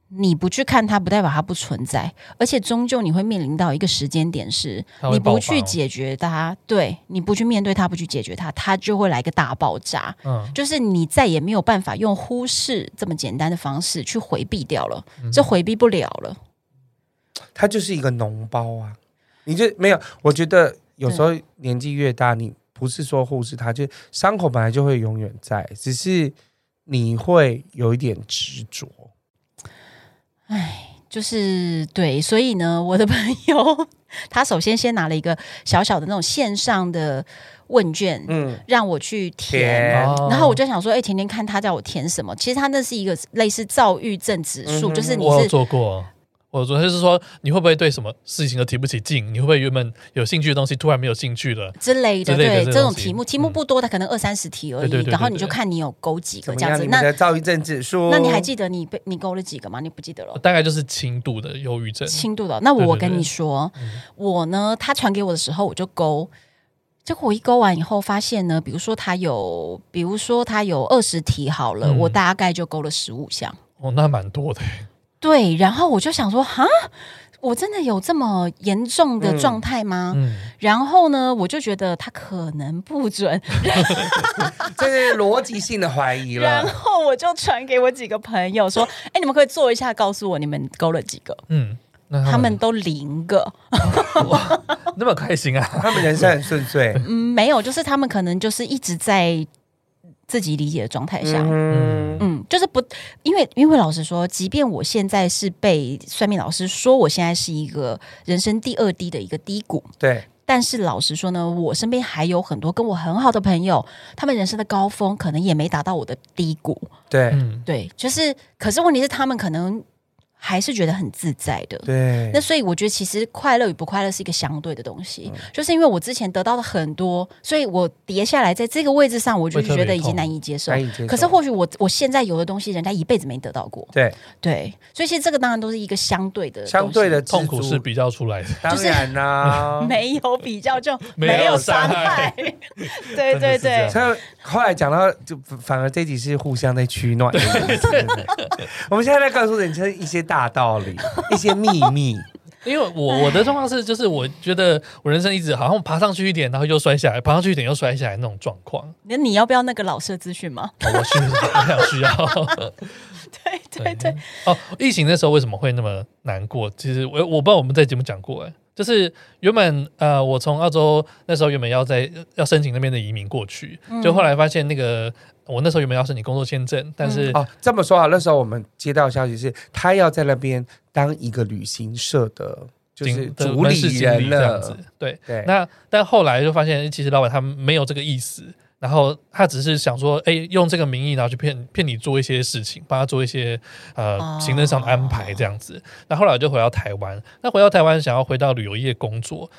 A: 你不去看它，不代表它不存在，而且终究你会面临到一个时间点是，
B: 它会
A: 你
B: 爆
A: 不
B: 发哦
A: 去解决它，对你不去面对它，不去解决它，它就会来一个大爆炸。
B: 嗯，
A: 就是你再也没有办法用忽视这么简单的方式去回避掉了，
B: 嗯
A: 这回避不了了。
C: 它就是一个脓包啊。你就没有？我觉得有时候年纪越大，你不是说护士它，就伤口本来就会永远在，只是你会有一点执着。
A: 就是对，所以呢，我的朋友他首先先拿了一个小小的那种线上的问卷，
C: 嗯，
A: 让我去填。
C: 甜
B: 哦
A: 然后我就想说，哎、甜甜看他叫我填什么？其实他那是一个类似躁郁症指数，
C: 嗯哼
A: 就是你
B: 我有
A: 是
B: 做过。我昨天是说，你会不会对什么事情都提不起劲？你会不会原本有兴趣的东西突然没有兴趣了？
A: 之类的，
B: 之类的
A: 对
B: 这
A: 这种
B: 东西
A: 题目，题目不多，它可能二三十题而
B: 对对
A: 已。
B: 对对
A: 然后你就
B: 对
A: 看你有勾几个
C: 怎么
A: 这样
C: 样？
A: 子。
C: 你们
A: 那
C: 的躁郁症指数？
A: 那你还记得你被你勾了几个吗？你不记得了？
B: 大概就是轻度的忧郁症。
A: 轻度的。那我
B: 对对
A: 我跟
B: 对
A: 你说，我呢，他传给我的时候我就勾，结果我一勾完以后发现呢，比如说他有，比如说他有二十题好了，
B: 嗯
A: 我大概就勾了十五项。
B: 哦，那蛮多的。
A: 对，然后我就想说，哈，我真的有这么严重的状态吗？
B: 嗯，
A: 然后呢，我就觉得他可能不准，
C: 这是逻辑性的怀疑
A: 然
C: 了。
A: 后我就传给我几个朋友说，哎，你们可以做一下，告诉我你们勾了几个，
B: 嗯，那
A: 他们都哦零个。
B: 那么开心 啊！
C: 他们人生很顺 遂，
A: 嗯，没有，就是他们可能就是一直在自己理解的状态下。嗯
C: 嗯，
A: 就是不，因为因为老实说，即便我现在是被算命老师说我现在是一个人生第二低的一个低谷，
C: 对，
A: 但是老实说呢，我身边还有很多跟我很好的朋友，他们人生的高峰可能也没达到我的低谷。
C: 对，
B: 嗯，
A: 对，就是，可是问题是他们可能还是觉得很自在的。那
C: 对，
A: 所以我觉得，其实快乐与不快乐是一个相对的东
B: 嗯
A: 西，就是因为我之前得到的很多，所以我跌下来在这个位置上，我就
B: 会特
A: 觉得
B: 别
A: 已经
B: 痛
A: 难以接受。
C: 难以接受
A: 可是或许我我现在有的东西，人家一辈子没得到过，
C: 对，
A: 对，所以其实这个当然都是一个相对的东西，
C: 相对的
B: 痛苦是比较出来的。
C: 当 然啦、
A: 没有比较就
B: 没
A: 没有
B: 有
A: 伤
B: 伤
A: 害
B: 害，
A: 对
B: 真的
A: 对
B: 是这
A: 对
B: 样，
C: 所以后来讲到，就反而这集是互相在取暖的意思。 我们现在在告诉人生一些大道理，一些秘 密。
B: 因为我我的状况是，就是我觉得我人生一直好像爬上去一点，然后又摔下来，爬上去一点又摔下来那种状况。
A: 那你要不要那个老师的资讯吗？
B: 哦我需要， 我想需要。
A: 对对对，
B: 哦，疫情那时候为什么会那么难过？其实我我不知道我们在节目讲过哎、就是原本呃，我从澳洲那时候原本要在要申请那边的移民过去，
A: 嗯
B: 就后来发现那个我那时候原本要申请工作签证，但
A: 嗯
B: 是、
C: 哦，这么说好，那时候我们接到消息是，他要在那边当一个旅行社的，就是
B: 经
C: 主
B: 门市
C: 理
B: 经
C: 人
B: 这样子
C: 了。。
B: 对，
C: 对，
B: 那但后来就发现，其实老板他没有这个意思，然后他只是想说，哎，用这个名义，然后去骗骗你做一些事情，帮他做一些呃
A: 哦
B: 行政上的安排这样子。那后来我就回到台湾，那回到台湾想要回到旅游业工作。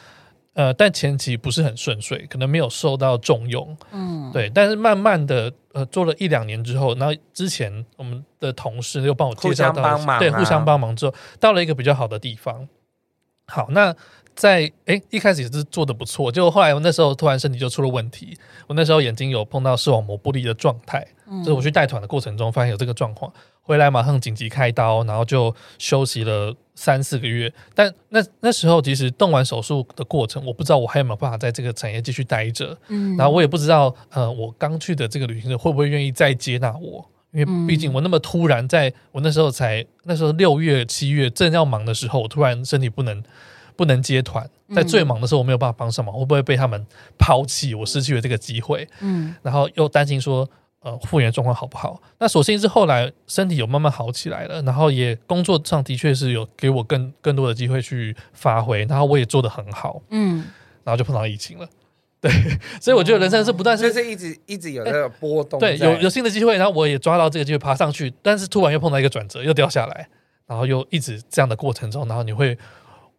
B: 呃，但前期不是很顺遂，可能没有受到重用，
C: 哦
A: 嗯，
B: 对。但是慢慢的，呃，做了一两年之后，然后之前我们的同事又帮我介绍到
C: 互相帮忙啊
B: 对，互相帮忙之后，到了一个比较好的地方。好，那在诶一开始也是做的不错，结果后来我那时候突然身体就出了问题，我那时候眼睛有碰到视网膜剥离的状态，
A: 嗯
C: 嗯
B: 就是我去带团的过程中发现有这个状况，回来马上紧急开刀，然后就休息了三四个月。但那那时候其实动完手术的过程，我不知道我还有没有办法在这个产业继续待着，
A: 嗯
B: 然后我也不知道呃我刚去的这个旅行社会不会愿意再接纳我。因为毕竟我那么突然，在我那时候才那时候六月七月正要忙的时候，我突然身体不能不能接团，在最忙的时候我没有办法帮上忙，会不会被他们抛弃？我失去了这个机会，
A: 嗯
B: 然后又担心说，呃，复原状况好不好？那所幸是后来身体有慢慢好起来了，然后也工作上的确是有给我更更多的机会去发挥，然后我也做得很好，
A: 嗯，
B: 然后就碰到疫情了。对， 所以我觉得人生是不断
C: 就是是一直一直有那个波动在。
B: 对有有新的机会，然后我也抓到这个机会爬上去，但是突然又碰到一个转折，又掉下来，然后又一直这样的过程中，然后你会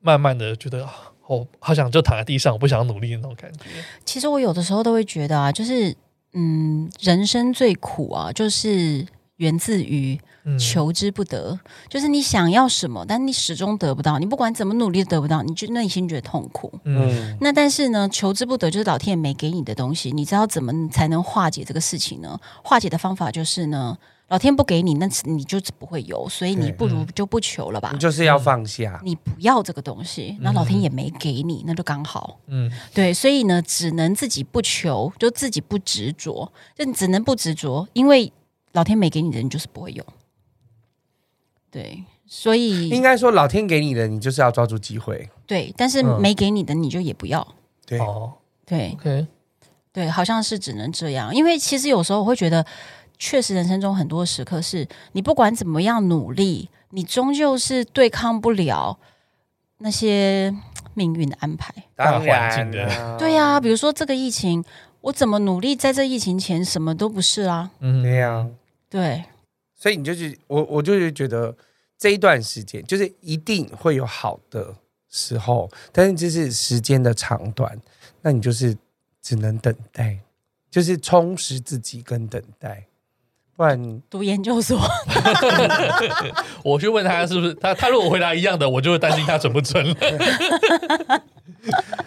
B: 慢慢的觉得，啊我好想就躺在地上，我不想努力的那种感觉。
A: 其实我有的时候都会觉得啊，就是嗯，人生最苦啊，就是源自于
B: 嗯，
A: 求之不得，就是你想要什么，但你始终得不到，你不管怎么努力都得不到，你就内心觉得痛苦。
B: 嗯，
C: 嗯，
A: 那但是呢，求之不得就是老天爷没给你的东西，你知道怎么才能化解这个事情呢？化解的方法就是呢，老天不给你，那你就是不会有，所以你
C: 对
A: 不如
B: 嗯
A: 就不求了吧
C: 你。就是嗯要放下。
A: 你不要这个东西，那老天也没给你，那就刚好。
B: 嗯，
A: 对，所以呢，只能自己不求，就自己不执着，就你只能不执着，因为老天没给你的，你就是不会有。对，所
C: 应
A: 以
C: 该说，老天给你的，你就是要抓住机会。
A: 对，但是
C: 嗯
A: 没给你的，你就也不要。
C: 对，
B: 哦
A: 对
B: ，OK，
A: 对，好像是只能这样，因为其实有时候我会觉得，确实人生中很多时刻是你不管怎么样努力，你终究是对抗不了那些嗯命运的安排。
C: 当
B: 大环
C: 然
B: 境的
C: 啦
A: 对呀、比如说这个疫情，我怎么努力，在这疫情前什么都不是啊。
B: 嗯，
C: 对呀。
A: 对，
C: 所以你就是我，我就是觉得这一段时间就是一定会有好的时候，但是这是时间的长短，那你就是只能等待，就是充实自己跟等待，不然
A: 读研究 所，
B: 我去问他是不是他，他如果回答一样的，我就会担心他准不 准了。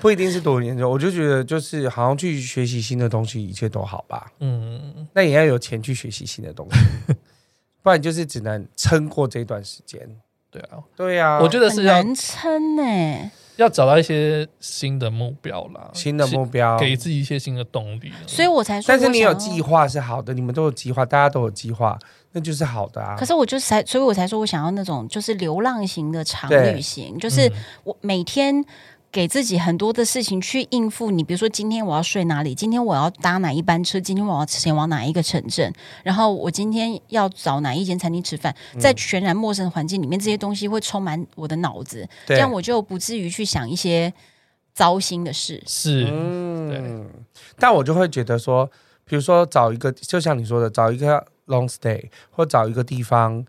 C: 不一定是多严重。我就觉得就是好像去学习新的东西，一切都好吧，
B: 嗯，
C: 那也要有钱去学习新的东西， 不然就是只能撑过这段时间。
B: 对啊，
C: 对呀、
B: 我觉得是
A: 很
B: 要
A: 难撑呢、
B: 要找到一些新的目标啦，
C: 新的目标
B: 给自己一些新的动力。啊
A: 所以我才说，
C: 但是你有计。划是好的，你们都有计划，大家都有计划，那就是好的啊。
A: 可是我就才，所以我才说我想要那种就是流浪型的长
C: 对嗯
A: 旅行，就是
B: 嗯
A: 我每天给自己很多的事情去应付你，比如说今天我要睡哪里，今天我要搭哪一班车，今天我要前往哪一个城镇，然后我今天要找哪一间餐厅吃饭，
C: 嗯
A: 在全然陌生的环境里面，这些东西会充满我的脑子，这
C: 对
A: 样我就不至于去想一些糟心的事。
B: 是，
C: 嗯，但我就会觉得说，比如说找一个，就像你说的，找一个 long stay 或找一个地方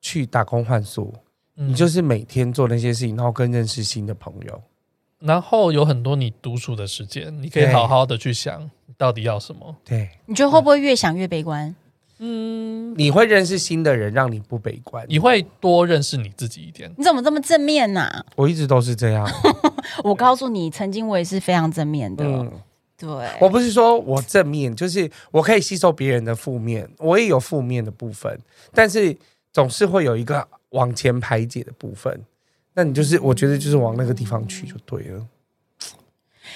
C: 去打工换宿，
B: 你
C: 你就是每天做那些事情，然后跟认识新的朋友。
B: 然后有很多你独处的时间，你可以
C: 对
B: 好好的去想你到底要什么。
C: 对，
A: 你觉得会不会越想越悲观？
B: 嗯，
C: 你会认识新的人，让你不悲观。
B: 你会多认识你自己一点。
A: 你怎么这么正面呐、
C: 我一直都是这样。
A: 我告诉你，曾经我也是非常正面的。
C: 嗯，
A: 对，啊
C: 我不是说我正面，就是我可以吸收别人的负面，我也有负面的部分，但是总是会有一个往前排解的部分。那你就是，我觉得就是往那个地方去就对了。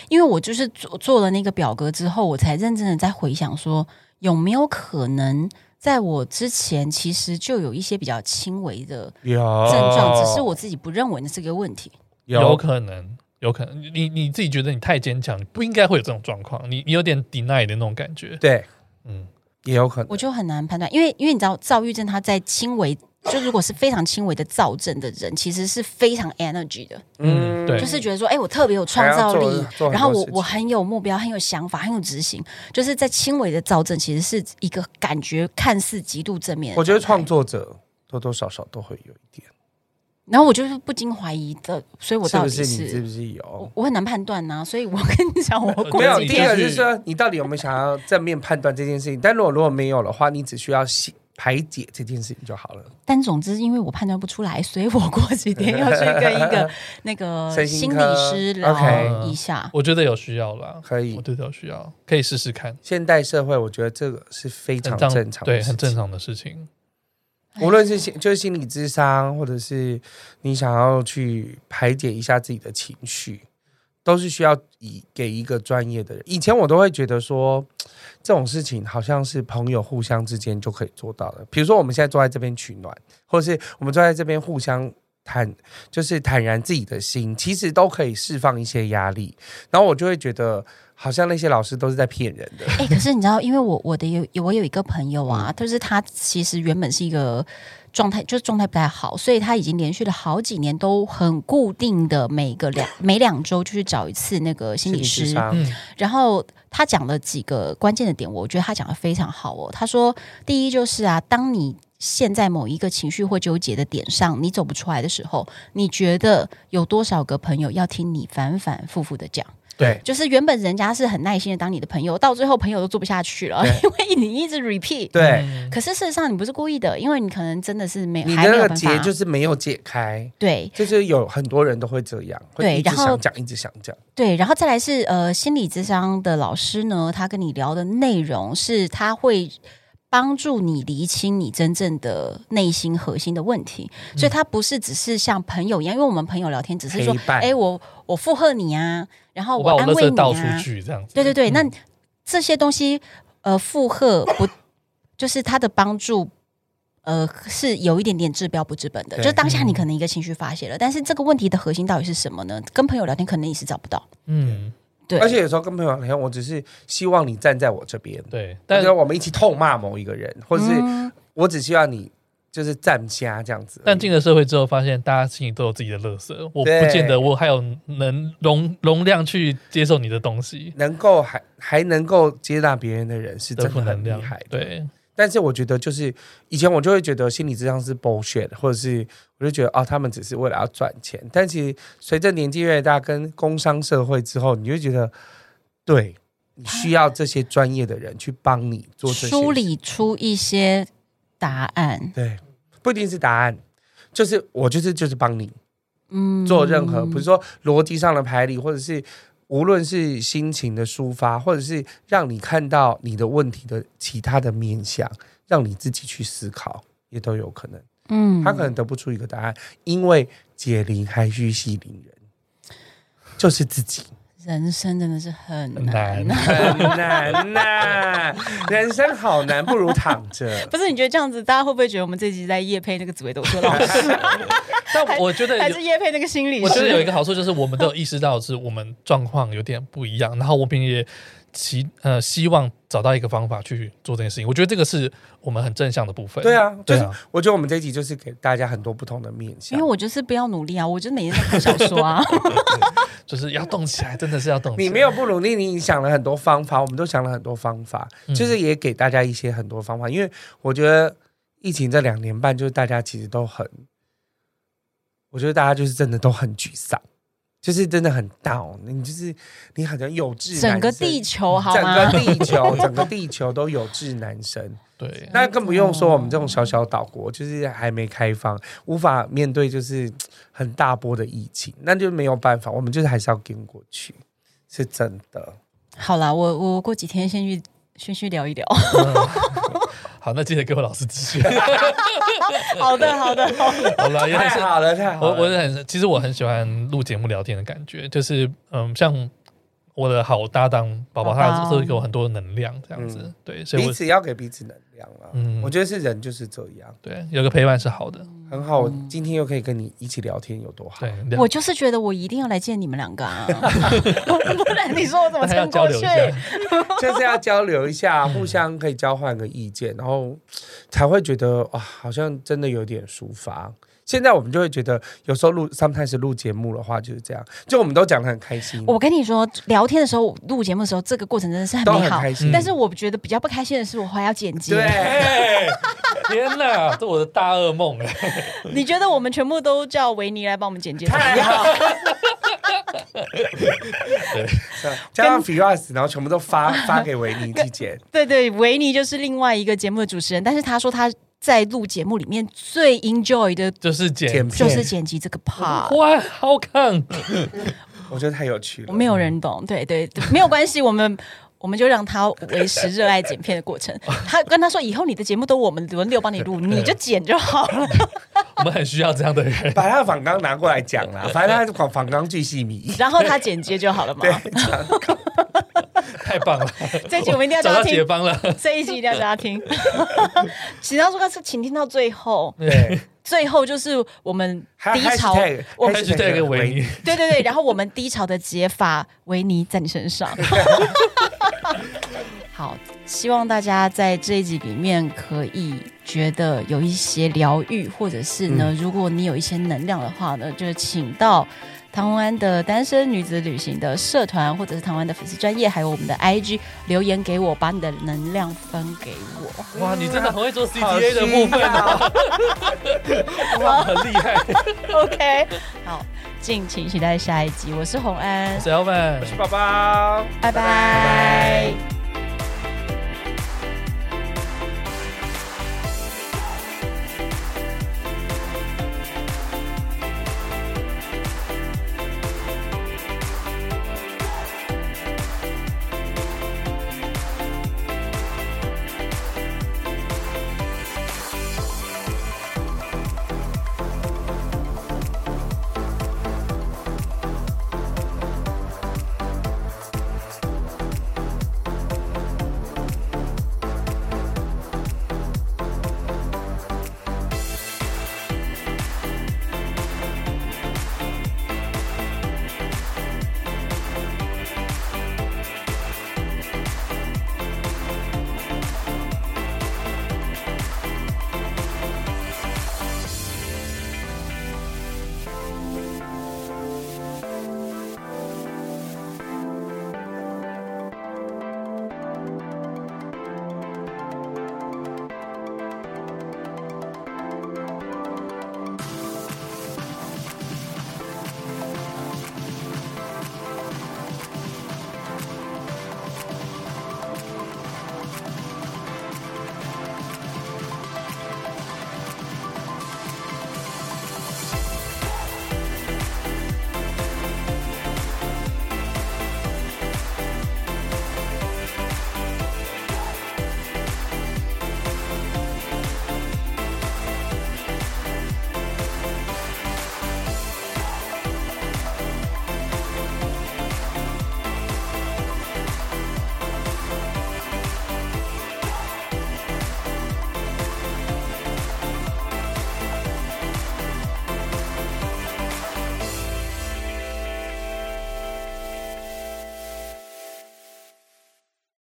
A: 因为我就是做做了那个表格之后，我才认真的在回想说，有没有可能在我之前其实就有一些比较轻微的
C: 有
A: 症状，只是我自己不认为那是个问题。
B: 有
C: 有
B: 可能，有可能，你你自己觉得你太坚强，你不应该会有这种状况，你你有点 deny 的那种感觉。
C: 对，
B: 嗯，
C: 也有可能。
A: 我就很难判断，因为因为你知道，躁郁症它在轻微，就如果是非常轻微的躁症的人，其实是非常 energy 的，
B: 嗯对
A: 就是觉得说，哎、我特别有创造
C: 还要做
A: 力
C: 做很多，
A: 然后我
C: 事情
A: 我很有目标，很有想法，很有执行，就是在轻微的躁症，其实是一个感觉看似极度正面的
C: 我觉得
A: 状态
C: 创作者多多少少都会有一点，
A: 然后我就是不禁怀疑的，所以我
C: 是
A: 到
C: 不
A: 底
C: 是？你是
A: 是
C: 不是
A: 我
C: 有？
A: 我很难判断呐、所以我跟你 讲，我过
B: 我
C: 没有，
B: 自己
C: 第一个
B: 就是
C: 是说啊你到底有没有想要正面判断这件事情？但如果如果没有的话，你只需要洗排解这件事情就 好了。
A: 但总之，因为我判断不出来，所以我过几天要去跟一个那个
C: 身
A: 心
C: 心
A: 理
C: 科
A: 师聊
C: OK
A: 一下。
B: 我觉得有需要啦，
C: 可以
B: 我觉得有需要，可以试试看，
C: 现代社会，我觉得这个是非常
B: 很
C: 正常的
B: 对，
C: 事
B: 很正
C: 情。
B: 常的事情。
C: 无论是心就是心理智商，或者是你想要去排解一下自己的情绪，都是需要以给一个专业的人。以前我都会觉得说，这种事情好像是朋友互相之间就可以做到的。比如说我们现在坐在这边取暖，或者是我们坐在这边互相坦，就是坦然自己的心，其实都可以释放一些压力。然后我就会觉得，好像那些老师都是在骗人的。
A: 哎、可是你知道，因为我我的有有我有一个朋友啊，就是他其实原本是一个状态，就是状态不太好，所以他已经连续了好几年都很固定的每个两每两周就去找一次那个心理师。
C: 智商
B: 嗯
A: 然后他讲了几个关键的点，我觉得他讲的非常好哦。他说，第一就是啊，当你陷在某一个情绪或纠结的点上，你走不出来的时候，你觉得有多少个朋友要听你反反复复的讲？
C: 对，
A: 就是原本人家是很耐心的当你的朋友，到最后朋友都做不下去了， 因为你一直 repeat。
C: 对。
B: 嗯
A: 可是事实上你不是故意的，因为你可能真的是没
C: 你
A: 还
C: 的
A: 没有
C: 那个
A: 办
C: 结
A: 法。
C: 就是没有解开，
A: 对
C: 就是有很多人都会这样，
A: 对
C: 会一直
A: 然后
C: 想讲，一直想讲。
A: 对，然后再来是呃心理智商的老师呢，他跟你聊的内容是他会帮助你厘清你真正的内心核心的问题，所以它不是只是像朋友一样，因为我们朋友聊天只是说
C: 嗯陪，伴
A: 哎、我我附和你啊，然后
B: 我把我
A: 安
B: 垃
A: 慰
B: 圾
A: 你
B: 倒出
A: 啊，
B: 去这样子。
A: 对对
C: 嗯
A: 对，那这些东西呃负荷不，就是它的帮助。呃，是有一点点治标不治本的，
C: 对嗯
A: 就是当下你可能一个情绪发泄了，但是这个问题的核心到底是什么呢？跟朋友聊天可能也是找不到，
B: 嗯，
A: 对，
C: 而且有时候跟朋友聊天，我只是希望你站在我这边，
B: 对，
C: 但
B: 但
C: 是我们一起痛骂某一个人，或者是
A: 嗯
C: 我只希望你就是站瞎这样子而已。
B: 但进了社会之后，发现大家心里都有自己的垃圾，我
C: 对
B: 不见得我还有能容容量去接受你的东西
C: 能够还还能够接纳别人的人是
B: 的
C: 真
B: 负
C: 的
B: 能
C: 很厉
B: 量
C: 害。，
B: 对，
C: 但是我觉得就是以前我就会觉得心理智商是 bullshit，或者是我就觉得哦，他们只是为了要赚钱。但其实随着年纪越来越大，跟工商社会之后，你就觉得对你需要这些专业的人去帮你做这些
A: 梳理出一些答案，
C: 对，不一定是答案，就是我就是就是帮你
A: 嗯，
C: 做任何，比如说逻辑上的排理，或者是无论是心情的抒发，或者是让你看到你的问题的其他的面向，让你自己去思考，也都有可能。
A: 嗯
C: 他可能得不出一个答案，因为解铃还须系铃人，就是自己。
A: 人生真的是很
B: 很
A: 难。
B: 难。
C: 很难呐、 人生好难，不如躺着。
A: 不是你觉得这样子，大家会不会觉得我们这集在夜配那个紫薇斗 数老师，
B: 但我觉得
A: 还
B: 有
A: 是夜配那个心理
B: 我觉得有一
A: 师？
B: 个好处就是，我们都有意识到是我们状况有点不一样，然后我们也期呃希望找到一个方法去做这件事情。我觉得这个是我们很正向的部分。
C: 对，啊，就
B: 对
C: 是、
B: 啊，
C: 我觉得我们这一集就是给大家很多不同的面
A: 因
C: 向
A: 为。我就是不要努力啊，我就是每天在看小说啊。
B: 就是要动起来，真的是要动起
C: 你
B: 来。
C: 没有不努力，你想了很多方法，我们都想了很多方法，
B: 嗯
C: 就是也给大家一些很多方法，因为我觉得疫情这两年半，就是大家其实都很，我觉得大家就是真的都很沮丧，就是真的很 down，你就是你好像有志
A: 整个
C: 难伸
A: 地球好
C: 整
A: 吗？
C: 个地球，整个地球都有志难伸。
B: 对，
C: 那更不用说我们这种小小岛国，就是还没开放，无法面对就是嘖很大波的疫情，那就没有办法，我们就是还是要跟过去，是真的。
A: 好啦，我我过几天先去先去聊一聊。
B: 好，那记得给我老师支 持。
A: 好的，好的，好的。
B: 好了，有点
C: 太
B: 是
C: 好了，太好
B: 我
C: 了！
B: 我是很，其实我很喜欢录节目聊天的感觉，就是嗯，像我的好搭档宝宝，
A: 宝宝
B: 他都给我很多能量，这样子。
C: 嗯
B: 对，所以
C: 彼
B: 我
C: 此要给彼此能量了。
B: 嗯
C: 我觉得是人就是这样，
B: 对有个陪伴是好的。
C: 很好。我今天又可以跟你一起聊天，有多好
B: 对？，
A: 我就是觉得我一定要来见你们两个 啊，不然你说我怎么
B: 大家要
A: 撑
B: 交
A: 过
B: 流一
A: 去？
B: 下。
C: 就是要交流一下，互相可以交换个意见，然后才会觉得哇，好像真的有点抒发。现在我们就会觉得，有时候录 sometimes 录节目的话就是这样，就我们都讲得很开心，
A: 我跟你说，聊天的时候、录节目的时候，这个过程真的是很
C: 都
A: 美
C: 很
A: 好。
C: 开心。
A: 但是我觉得比较不开心的是，我还要剪辑。
C: 对，
B: 天哪， 这我的大噩 梦哎！
A: 你觉得我们全部都叫维尼来帮我们剪接？
C: 太好了。加上 Firas，然后全部都发 发给维尼去剪，
A: 对对，维尼就是另外一个节目的主持人，但是他说他在录节目里面最 enjoy 的
B: 就是
C: 剪
B: 剪
C: 片
A: 就是剪辑这个 part。
B: 哇，好看！
C: 我觉得太有趣了。
A: 没有人懂，对对对没有关系，我们。我们就让他维持热爱剪片的过程。他跟他说，以后你的节目都我们轮流帮你录，你就剪就好了。
B: 我们很需要这样的人。
C: 把他的仿纲拿过来讲 啦，反正他仿仿纲巨细迷。
A: 然后他剪接就好了嘛。
B: 太棒了！
A: 这集我们一定要
B: 找
A: 叫他
B: 到解
A: 听，
B: 放了。
A: 这一集一定要叫他听。 请他说他是，请听到最后，
C: 对，
A: 最后就是我们低潮，我
B: 开始带给维 尼，
A: 对对对，然后我们低潮的解法，维尼在你身 上。好，希望大家在这一集里面可以觉得有一些疗愈，或者是呢，如果你有一些能量的话呢，就是请到。唐文安的单身女子旅行的社团，或者是唐文安的粉丝专业，还有我们的 IG 留言给我，把你的能量分给我。
B: 哇，你真的很会做
C: 好
B: CTA 的部分啊！哇，很 厉害。
A: OK，好，敬请期待下一集。我是红安
B: 我，是 Elvin，
C: 宝宝，
A: 拜拜